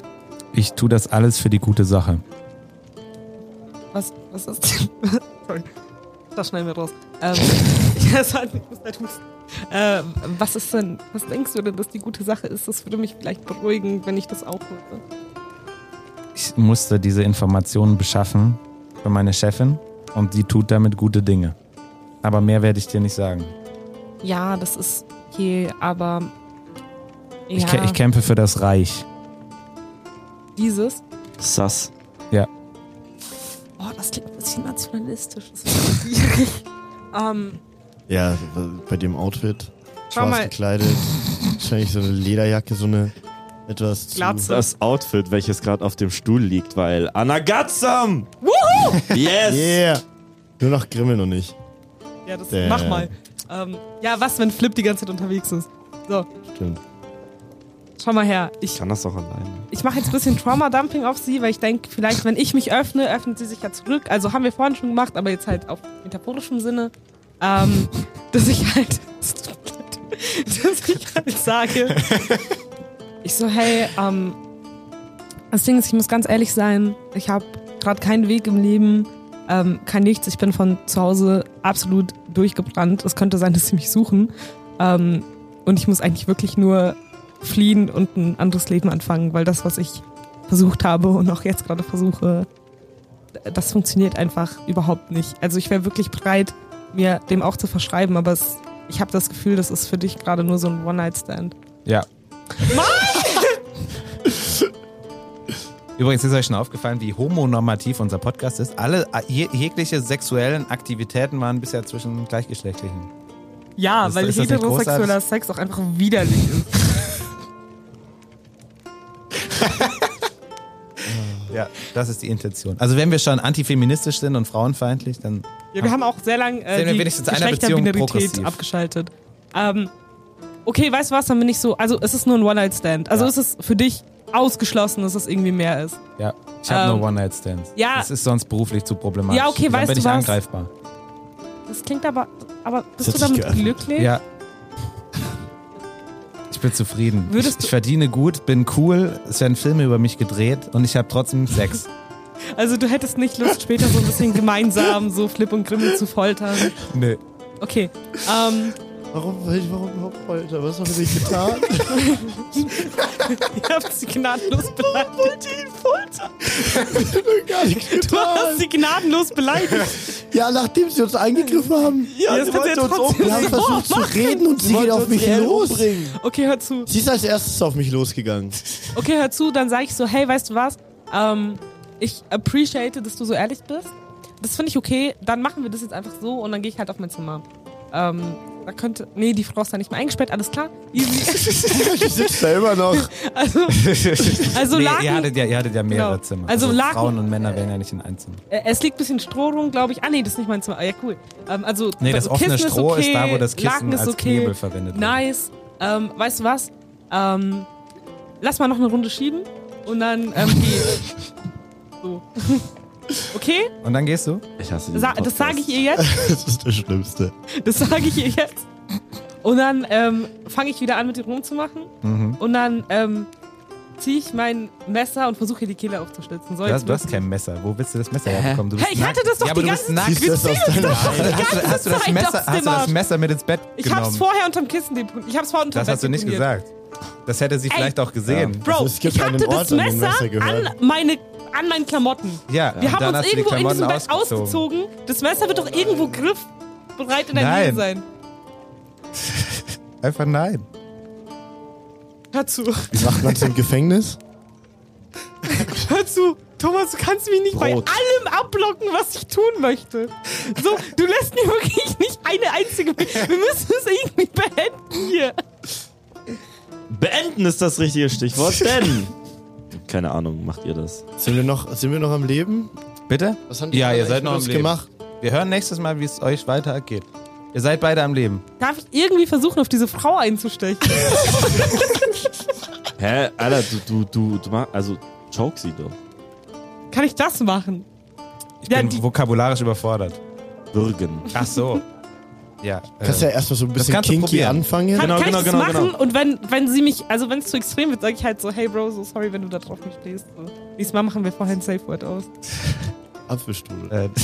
Speaker 4: Ich tue das alles für die gute Sache.
Speaker 2: Was, was ist denn? Sorry. Das schneiden wir raus. Ähm, ja, es hat- ich muss halt husten. Äh, was ist denn, was denkst du denn, dass die gute Sache ist? Das würde mich vielleicht beruhigen, wenn ich das auch würde.
Speaker 4: Ich musste diese Informationen beschaffen für meine Chefin und die tut damit gute Dinge. Aber mehr werde ich dir nicht sagen.
Speaker 2: Ja, das ist okay, aber ja,
Speaker 4: Ich, kä- ich kämpfe für das Reich.
Speaker 2: dieses.
Speaker 7: Sass.
Speaker 2: Oh, das klingt ein bisschen nationalistisch. Das ist schwierig. ähm,
Speaker 9: Ja, bei dem Outfit.
Speaker 2: Schau
Speaker 9: schwarz
Speaker 2: mal.
Speaker 9: gekleidet. Wahrscheinlich so eine Lederjacke, so eine etwas zu-
Speaker 2: Glatze.
Speaker 7: Das Outfit, welches gerade auf dem Stuhl liegt, weil Anna Gatsam! Woohoo! Yes!
Speaker 9: Yeah! Nur noch Grimmel noch nicht.
Speaker 2: Ja, das
Speaker 9: Damn.
Speaker 2: mach mal. Ähm, ja, was, wenn Flip die ganze Zeit unterwegs ist? So,
Speaker 9: Stimmt.
Speaker 2: schau mal her.
Speaker 7: Ich
Speaker 2: Ich,
Speaker 7: kann das auch alleine.
Speaker 2: ich mache jetzt ein bisschen Trauma-Dumping auf sie, weil ich denke, vielleicht, wenn ich mich öffne, öffnet sie sich ja zurück. Also haben wir vorhin schon gemacht, aber jetzt halt auf metaphorischem Sinne. Ähm, dass ich halt. es tut mir leid, dass ich halt sage. Ich so, hey, ähm, das Ding ist, ich muss ganz ehrlich sein, ich habe gerade keinen Weg im Leben, ähm, kein Nichts. Ich bin von zu Hause absolut durchgebrannt. Es könnte sein, dass sie mich suchen. Ähm, und ich muss eigentlich wirklich nur fliehen und ein anderes Leben anfangen, weil das, was ich versucht habe und auch jetzt gerade versuche, das funktioniert einfach überhaupt nicht. Also ich wäre wirklich bereit, mir dem auch zu verschreiben, aber es, ich habe das Gefühl, das ist für dich gerade nur so ein One-Night-Stand.
Speaker 4: Ja. Übrigens ist euch schon aufgefallen, wie homonormativ unser Podcast ist. Alle je, jegliche sexuellen Aktivitäten waren bisher zwischen Gleichgeschlechtlichen.
Speaker 2: Ja,
Speaker 4: Ist-
Speaker 2: weil
Speaker 4: ist das nicht
Speaker 2: heterosexueller
Speaker 4: großartig?
Speaker 2: Sex auch einfach widerlich ist.
Speaker 4: Ja, das ist die Intention. Also wenn wir schon antifeministisch sind und frauenfeindlich, dann
Speaker 2: Ja, wir haben auch sehr lange äh,
Speaker 4: Sehen wir
Speaker 2: die
Speaker 4: wenigstens einer Beziehung
Speaker 2: Geschlechterbinarität
Speaker 4: progressiv.
Speaker 2: abgeschaltet. Ähm, okay, weißt du was, dann bin ich so, also es ist nur ein One-Night-Stand. Also
Speaker 4: Ja.
Speaker 2: ist es für dich ausgeschlossen, dass es irgendwie mehr ist.
Speaker 4: ja, ich habe
Speaker 2: Ähm,
Speaker 4: nur One-Night-Stands.
Speaker 2: ja.
Speaker 4: Das ist sonst beruflich zu problematisch.
Speaker 2: Ja, okay,
Speaker 4: dann
Speaker 2: weißt
Speaker 4: bin
Speaker 2: du
Speaker 4: ich
Speaker 2: was?
Speaker 4: angreifbar.
Speaker 2: Das klingt aber, aber bist
Speaker 9: hat
Speaker 2: du
Speaker 9: sich
Speaker 2: damit
Speaker 9: geöffnet.
Speaker 2: glücklich?
Speaker 4: Ja. Ich bin zufrieden.
Speaker 2: Würdest
Speaker 4: ich,
Speaker 2: du-
Speaker 4: ich verdiene gut, bin cool, es werden Filme über mich gedreht und ich habe trotzdem Sex.
Speaker 2: Also du hättest nicht Lust, später so ein bisschen gemeinsam so Flip und Grimmel zu foltern.
Speaker 4: Nö.
Speaker 2: Okay. Ähm,
Speaker 6: Warum, warum, warum, Alter, was haben wir denn getan?
Speaker 2: Ihr habt sie gnadenlos beleidigt.
Speaker 6: Gar nichts
Speaker 2: Du
Speaker 6: getan.
Speaker 2: hast sie gnadenlos beleidigt.
Speaker 6: Ja, nachdem sie uns angegriffen haben,
Speaker 7: Ja,
Speaker 2: Jetzt
Speaker 7: sie
Speaker 2: hat sie
Speaker 7: wollte
Speaker 2: jetzt
Speaker 7: uns
Speaker 2: trotzdem-
Speaker 7: umbringen.
Speaker 6: wir haben versucht zu reden und sie geht auf mich los.
Speaker 2: Okay, hör zu.
Speaker 6: Sie ist als erstes auf mich losgegangen.
Speaker 2: Okay, hör zu, dann sage ich so, hey, weißt du was? Ähm, ich appreciate, dass du so ehrlich bist. Das finde ich okay. Dann machen wir das jetzt einfach so und dann gehe ich halt auf mein Zimmer. Ähm, da könnte. Nee, die Frau ist da nicht mehr eingesperrt, alles klar. Easy.
Speaker 6: Sie sitzt da immer noch.
Speaker 2: Also, also
Speaker 4: nee,
Speaker 2: lagen,
Speaker 4: ihr, hattet ja, ihr hattet ja mehrere
Speaker 2: Genau.
Speaker 4: Zimmer.
Speaker 2: Also lagen-
Speaker 4: Frauen und Männer wären ja nicht in einem Zimmer.
Speaker 2: äh, es liegt ein bisschen Stroh rum, glaube ich. Ah, nee, das ist nicht mein Zimmer. Ah, ja, cool. Ähm, also,
Speaker 4: Nee, das
Speaker 2: Kissen
Speaker 4: offene Stroh
Speaker 2: okay,
Speaker 4: ist da, wo das Kissen
Speaker 2: Laken ist
Speaker 4: als
Speaker 2: okay.
Speaker 4: Knebel verwendet wird.
Speaker 2: Nice. Ähm, weißt du was? Ähm, lass mal noch eine Runde schieben und dann ähm, geh. So. Okay,
Speaker 4: Und dann gehst du?
Speaker 7: Ich hasse diesen
Speaker 2: Sa das
Speaker 7: Podcast.
Speaker 2: sage ich ihr jetzt.
Speaker 6: Das ist das Schlimmste.
Speaker 2: Das sage ich ihr jetzt. Und dann ähm, fange ich wieder an, mit ihr rumzumachen.
Speaker 4: Mhm.
Speaker 2: Und dann ähm, ziehe ich mein Messer und versuche ihr die Kehle aufzuschlitzen. So,
Speaker 4: Das,
Speaker 2: jetzt
Speaker 4: du hast
Speaker 2: los.
Speaker 4: kein Messer. Wo willst du das Messer herbekommen? Du bist
Speaker 2: Hey, ich
Speaker 4: nackt.
Speaker 2: hatte das doch
Speaker 4: ja, aber
Speaker 2: die
Speaker 4: du bist
Speaker 2: ganze
Speaker 4: nackt.
Speaker 6: Siehst du das aus deiner
Speaker 4: Hast du, hast, du das
Speaker 2: Zeit
Speaker 4: Messer,
Speaker 2: aufs
Speaker 4: hast du das
Speaker 2: Zimmer.
Speaker 4: Messer mit ins Bett genommen?
Speaker 2: Ich hab's vorher unterm Kissen deponiert. Ich hab's vorher unterm
Speaker 4: das hast du nicht
Speaker 2: deponiert.
Speaker 4: gesagt. Das hätte sie vielleicht auch gesehen.
Speaker 2: Bro,
Speaker 6: Also es gibt
Speaker 2: ich
Speaker 6: einen
Speaker 2: hatte
Speaker 6: Ort,
Speaker 2: das
Speaker 6: an dem
Speaker 2: Messer
Speaker 6: Messer gehört.
Speaker 2: an, meine, an meinen Klamotten.
Speaker 4: Ja,
Speaker 2: Wir
Speaker 4: und dann
Speaker 2: haben
Speaker 4: hast
Speaker 2: uns
Speaker 4: du die
Speaker 2: irgendwo in diesem
Speaker 4: Klamotten
Speaker 2: Bett ausgezogen. Das Messer wird doch irgendwo griffbereit in der
Speaker 4: Nein.
Speaker 2: Nähe sein.
Speaker 4: Einfach nein.
Speaker 2: Hör zu,
Speaker 6: Wie macht man es im Gefängnis?
Speaker 2: hör zu. Thomas, du kannst mich nicht bei
Speaker 7: Brot.
Speaker 2: allem abblocken, was ich tun möchte. So, du lässt mir wirklich nicht eine einzige. Wir müssen es irgendwie beenden hier.
Speaker 7: Beenden ist das richtige Stichwort, denn. Keine Ahnung, macht ihr das?
Speaker 6: Sind wir noch, sind wir noch am Leben?
Speaker 4: Bitte?
Speaker 6: Was haben
Speaker 4: Ja,
Speaker 6: beiden
Speaker 4: ihr seid
Speaker 6: eigentlich mit
Speaker 4: noch am
Speaker 6: uns
Speaker 4: Leben.
Speaker 6: gemacht?
Speaker 4: Wir hören nächstes Mal, wie es euch weitergeht. Ihr seid beide am Leben.
Speaker 2: Darf ich irgendwie versuchen, auf diese Frau einzustechen?
Speaker 7: Hä? Alter, du, du, du, du machst. Also, choke sie doch.
Speaker 2: Kann ich das machen?
Speaker 4: Ich
Speaker 2: Ja,
Speaker 4: bin
Speaker 2: die-
Speaker 4: vokabularisch überfordert.
Speaker 7: Würgen.
Speaker 4: Ach so. Ja.
Speaker 6: Kannst ja
Speaker 4: äh,
Speaker 6: erstmal so ein
Speaker 4: das
Speaker 6: bisschen
Speaker 4: kannst du
Speaker 6: kinky
Speaker 4: probieren.
Speaker 6: anfangen.
Speaker 2: Kann,
Speaker 7: Genau,
Speaker 2: kann
Speaker 7: genau,
Speaker 2: ich das
Speaker 7: genau,
Speaker 2: machen?
Speaker 7: genau.
Speaker 2: Und wenn, wenn sie mich, also wenn es zu extrem wird, sage ich halt so, hey Bro, so sorry, wenn du da drauf nicht stehst. So. Nächstes Mal machen wir vorher ein Safe Word aus.
Speaker 6: Apfelstrudel.
Speaker 4: äh,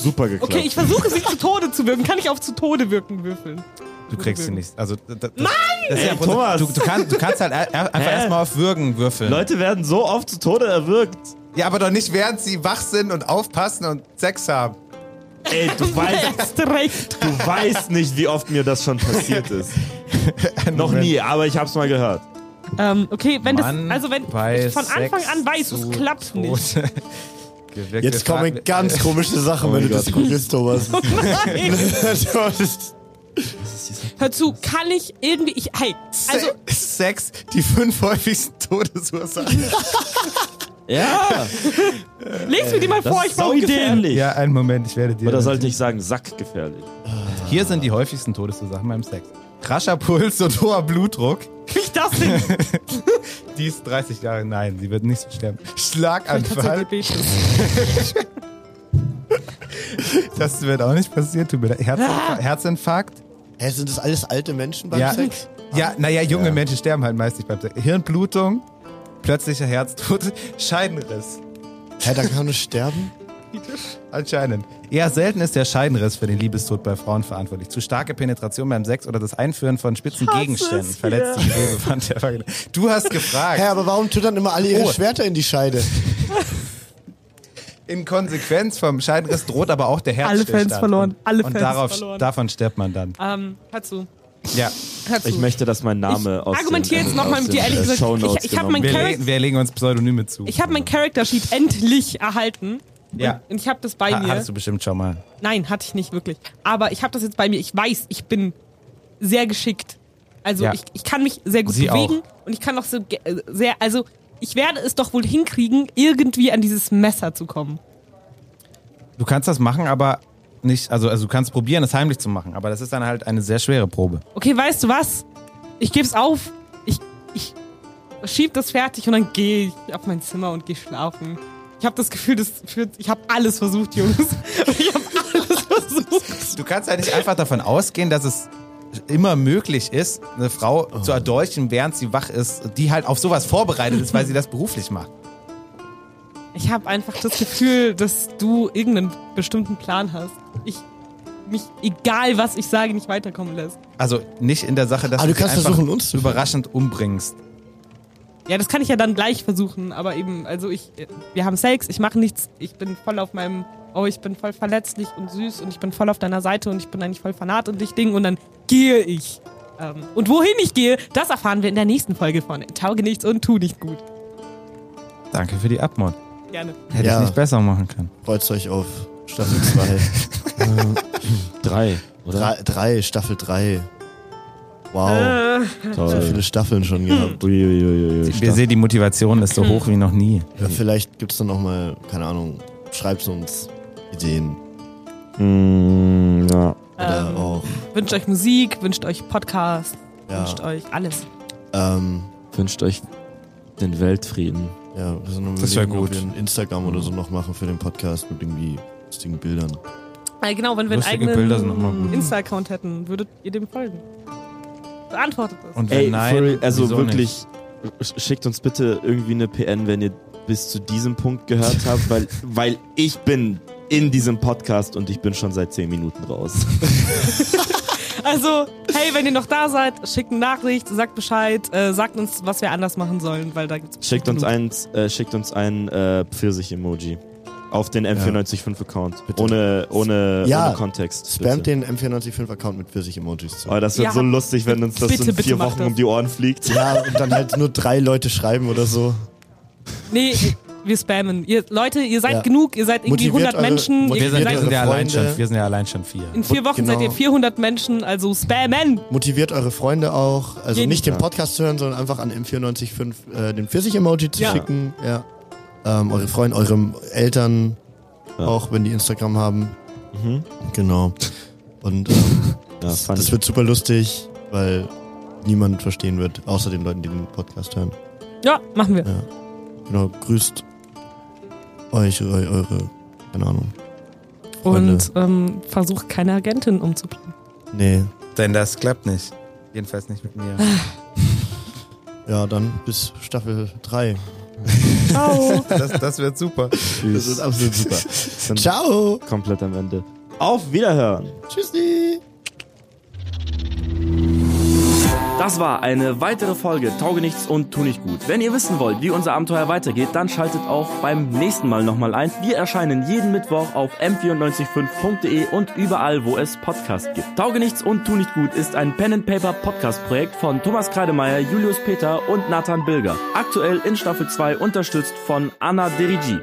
Speaker 7: Super geklappt.
Speaker 2: Okay, ich versuche sie zu Tode zu wirken. Kann ich auf zu Tode wirken würfeln?
Speaker 4: du kriegst sie nicht. Also, das, das,
Speaker 2: Nein!
Speaker 4: Das ist ja
Speaker 7: Ey,
Speaker 4: ein Prozess.
Speaker 7: Thomas!
Speaker 4: Du, du, kannst, du kannst halt er- er- einfach
Speaker 7: Hä?
Speaker 4: erstmal auf Würgen würfeln.
Speaker 7: Leute werden so oft zu Tode erwürgt.
Speaker 4: Ja, aber doch nicht, während sie wach sind und aufpassen und Sex haben.
Speaker 7: Ey, du weißt,
Speaker 2: Erst recht.
Speaker 7: du weißt nicht, wie oft mir das schon passiert ist. Noch nie, aber ich hab's mal gehört.
Speaker 2: Ähm, okay, wenn
Speaker 4: Mann
Speaker 2: das, also wenn
Speaker 4: bei
Speaker 2: ich von Anfang an
Speaker 4: Sex
Speaker 2: weiß, es
Speaker 4: zu
Speaker 2: klappt
Speaker 4: Tode.
Speaker 2: nicht.
Speaker 4: Gewirkte
Speaker 6: Jetzt kommen
Speaker 4: Fahr-
Speaker 6: ganz komische Sachen, wenn du das googelst, Thomas.
Speaker 2: Oh Nein.
Speaker 6: Thomas,
Speaker 2: Hör zu, kann ich irgendwie, ich, hey, also,
Speaker 4: Se- Sex, die fünf häufigsten Todesursachen.
Speaker 7: Ja,
Speaker 2: lest mir die mal vor, ich brauche Ideen.
Speaker 7: saugefährlich.
Speaker 4: Ja, einen Moment, ich werde dir.
Speaker 7: Oder sollte ich sagen, sackgefährlich?
Speaker 4: Hier sind die häufigsten Todesursachen beim Sex. Rascher Puls und hoher Blutdruck.
Speaker 2: Krieg ich das hin?
Speaker 4: Die ist 30 Jahre. Nein, sie wird nicht sterben.
Speaker 2: Ich hab so
Speaker 4: Schlaganfall.
Speaker 2: Diabetes.
Speaker 4: Das wird auch nicht passieren. Tut mir leid. Herzinfarkt. Herzinfarkt.
Speaker 6: Hä, sind das alles alte Menschen Ah! beim
Speaker 4: Ja.
Speaker 6: Sex?
Speaker 4: Ja, naja, junge Menschen sterben halt meist nicht beim Sex. Hirnblutung. Plötzlicher Herztod. Scheidenriss.
Speaker 6: Hä, da kann man sterben?
Speaker 4: Anscheinend. Eher selten ist der Scheidenriss für den Liebestod bei Frauen verantwortlich. Zu starke Penetration beim Sex oder das Einführen von spitzen Gegenständen verletzt die Gewebewand der Vagina. Du hast
Speaker 6: Hä,
Speaker 4: gefragt.
Speaker 6: aber warum tun dann immer alle ihre Schwerter in die Scheide?
Speaker 4: In Konsequenz vom Scheidenriss droht aber auch der
Speaker 2: Alle Fans
Speaker 4: Herzstillstand.
Speaker 2: verloren. Alle
Speaker 4: und
Speaker 2: Fans
Speaker 4: darauf,
Speaker 2: verloren.
Speaker 4: davon stirbt man dann.
Speaker 2: Ähm, hör zu,
Speaker 4: Ja.
Speaker 2: hör zu.
Speaker 7: Ich möchte, dass mein Name
Speaker 2: Ich
Speaker 7: aus
Speaker 2: argumentiere
Speaker 7: den,
Speaker 2: jetzt noch mal
Speaker 7: aus
Speaker 2: mit
Speaker 7: den,
Speaker 2: dir, ehrlich
Speaker 7: äh,
Speaker 2: gesagt.
Speaker 7: Shownotes
Speaker 2: Ich- ich hab
Speaker 7: genommen
Speaker 2: mein
Speaker 4: Wir,
Speaker 7: wird.
Speaker 2: Charakter-
Speaker 4: legen, wir legen uns Pseudonyme zu.
Speaker 2: Ich habe mein Character Sheet endlich erhalten.
Speaker 4: Ja.
Speaker 2: Und ich habe das bei
Speaker 4: Ha
Speaker 2: mir.
Speaker 4: hattest du bestimmt schon mal.
Speaker 2: Nein, hatte ich nicht wirklich. Aber ich habe das jetzt bei mir. Ich weiß, ich bin sehr geschickt. Also
Speaker 4: Ja.
Speaker 2: ich, ich kann mich sehr gut
Speaker 4: Sie
Speaker 2: bewegen und ich kann auch so ge- äh, sehr, also ich werde es doch wohl hinkriegen, irgendwie an dieses Messer zu kommen.
Speaker 4: Du kannst das machen, aber nicht, also, also du kannst probieren, es heimlich zu machen, aber das ist dann halt eine sehr schwere Probe.
Speaker 2: Okay, weißt du was? Ich gebe es auf. Ich, ich schieb das fertig und dann gehe ich auf mein Zimmer und gehe schlafen. Ich habe das Gefühl, das führt, ich habe alles versucht, Jungs. Ich habe alles versucht.
Speaker 4: Du kannst halt nicht einfach davon ausgehen, dass es immer möglich ist, eine Frau
Speaker 6: Oh.
Speaker 4: zu erdolchen, während sie wach ist, die halt auf sowas vorbereitet ist, weil sie das beruflich macht.
Speaker 2: Ich habe einfach das Gefühl, dass du irgendeinen bestimmten Plan hast. Ich mich, egal was ich sage, nicht weiterkommen lässt.
Speaker 4: Also nicht in der Sache, dass
Speaker 6: Ah,
Speaker 4: du
Speaker 6: du
Speaker 4: dich
Speaker 6: kannst
Speaker 4: einfach
Speaker 6: versuchen, uns zu
Speaker 4: überraschend umbringst.
Speaker 2: Ja, das kann ich ja dann gleich versuchen, aber eben, also ich, wir haben Sex, ich mache nichts, ich bin voll auf meinem, oh, ich bin voll verletzlich und süß und ich bin voll auf deiner Seite und ich bin eigentlich voll fanat und dich Ding und dann gehe ich. Ähm, und wohin ich gehe, das erfahren wir in der nächsten Folge von Tauge nichts und tu nicht gut.
Speaker 4: Danke für die Abmord.
Speaker 2: Gerne.
Speaker 4: Hätte
Speaker 6: Ja.
Speaker 4: ich nicht besser machen können.
Speaker 6: Freut euch auf Staffel 2.
Speaker 7: Drei, oder?
Speaker 6: 3, Staffel 3. Wow, so
Speaker 7: Toll.
Speaker 6: viele Staffeln schon gehabt.
Speaker 7: Uiuiuiui.
Speaker 4: Wir sehen, die Motivation ist so hoch wie noch nie.
Speaker 6: Ja, vielleicht gibt's dann noch mal, keine Ahnung, schreibt uns Ideen
Speaker 7: Mm, ja.
Speaker 6: oder
Speaker 2: Ähm,
Speaker 6: auch
Speaker 2: Wünscht euch Musik, wünscht euch Podcast,
Speaker 6: ja,
Speaker 2: wünscht euch alles.
Speaker 6: ähm,
Speaker 7: Wünscht euch den Weltfrieden.
Speaker 6: ja, wir sind am
Speaker 4: Das wär
Speaker 6: überlegen, ob wir
Speaker 4: gut.
Speaker 6: ein Instagram oder so noch machen für den Podcast mit irgendwie lustigen Bildern.
Speaker 2: Äh, genau, wenn wir einen
Speaker 4: Lustige Bilder sind immer
Speaker 2: eigenen
Speaker 4: gut.
Speaker 2: Insta-Account hätten, würdet ihr dem folgen. Beantwortet das.
Speaker 4: Und wenn nein,
Speaker 7: for real, also
Speaker 4: wieso nicht?
Speaker 7: wirklich, sch- schickt uns bitte irgendwie eine PN, wenn ihr bis zu diesem Punkt gehört habt, weil, weil ich bin in diesem Podcast und ich bin schon seit 10 Minuten raus.
Speaker 2: Also, hey, wenn ihr noch da seid, schickt eine Nachricht, sagt Bescheid, äh, sagt uns, was wir anders machen sollen, weil da gibt's
Speaker 7: Schickt uns
Speaker 2: genug.
Speaker 7: ein, äh, schickt uns ein äh, Pfirsich-Emoji. Auf den M495-Account. Ohne, ohne,
Speaker 6: Ja.
Speaker 7: ohne Kontext.
Speaker 6: Spammt
Speaker 7: bitte.
Speaker 6: den M495-Account mit Pfirsich-Emojis zu.
Speaker 7: Oh, das wird
Speaker 2: Ja.
Speaker 7: so lustig, wenn uns das
Speaker 2: Bitte,
Speaker 7: in
Speaker 2: bitte
Speaker 7: vier
Speaker 2: macht
Speaker 7: Wochen
Speaker 2: das.
Speaker 7: um die Ohren fliegt.
Speaker 6: Ja, und dann halt nur drei Leute schreiben oder so.
Speaker 2: Nee, wir spammen. Ihr, Leute, ihr seid
Speaker 6: Ja.
Speaker 2: genug, ihr seid irgendwie 100
Speaker 6: Motiviert eure-
Speaker 2: Menschen.
Speaker 6: motiviert
Speaker 4: Wir
Speaker 2: Ihr
Speaker 4: sind, wir
Speaker 6: eure
Speaker 2: seid,
Speaker 4: sind ja allein
Speaker 6: Freunde.
Speaker 4: schon, wir sind ja allein schon vier.
Speaker 2: in vier Wochen seid ihr
Speaker 6: Genau.
Speaker 2: 400 Menschen, also spammen.
Speaker 6: Motiviert eure Freunde auch, also
Speaker 2: Jeden
Speaker 6: nicht den Podcast zu hören, sondern einfach an M495 äh, den Pfirsich-Emoji zu
Speaker 2: Ja.
Speaker 6: schicken. Ja. Ähm, eure Freunde, euren Eltern,
Speaker 7: Ja.
Speaker 6: auch wenn die Instagram haben.
Speaker 7: Mhm.
Speaker 6: Genau. Und ähm,
Speaker 7: Ja,
Speaker 6: das,
Speaker 7: fand
Speaker 6: das
Speaker 7: ich.
Speaker 6: wird super lustig, weil niemand verstehen wird, außer den Leuten, die den Podcast hören.
Speaker 2: Ja, machen wir.
Speaker 6: Genau, grüßt euch, eu, eure, keine Ahnung. Freunde.
Speaker 2: Und ähm, versucht keine Agentin umzubringen.
Speaker 6: Nee.
Speaker 4: Denn das klappt nicht. Jedenfalls nicht mit mir.
Speaker 6: Ja, dann bis Staffel 3.
Speaker 2: Ciao.
Speaker 4: Das, das wird super.
Speaker 6: Das ist absolut super.
Speaker 7: Dann
Speaker 6: Ciao.
Speaker 7: komplett am Ende. Auf Wiederhören!
Speaker 6: Tschüssi.
Speaker 13: Das war eine weitere Folge Tauge nichts und tu nicht gut. Wenn ihr wissen wollt, wie unser Abenteuer weitergeht, dann schaltet auch beim nächsten Mal nochmal ein. Wir erscheinen jeden Mittwoch auf m945.de und überall, wo es Podcasts gibt. Tauge nichts und tu nicht gut ist ein Pen and Paper Podcast Projekt von Thomas Kreidemeier, Julius Peter und Nathan Bilger. Aktuell in Staffel 2 unterstützt von Anna Derigi.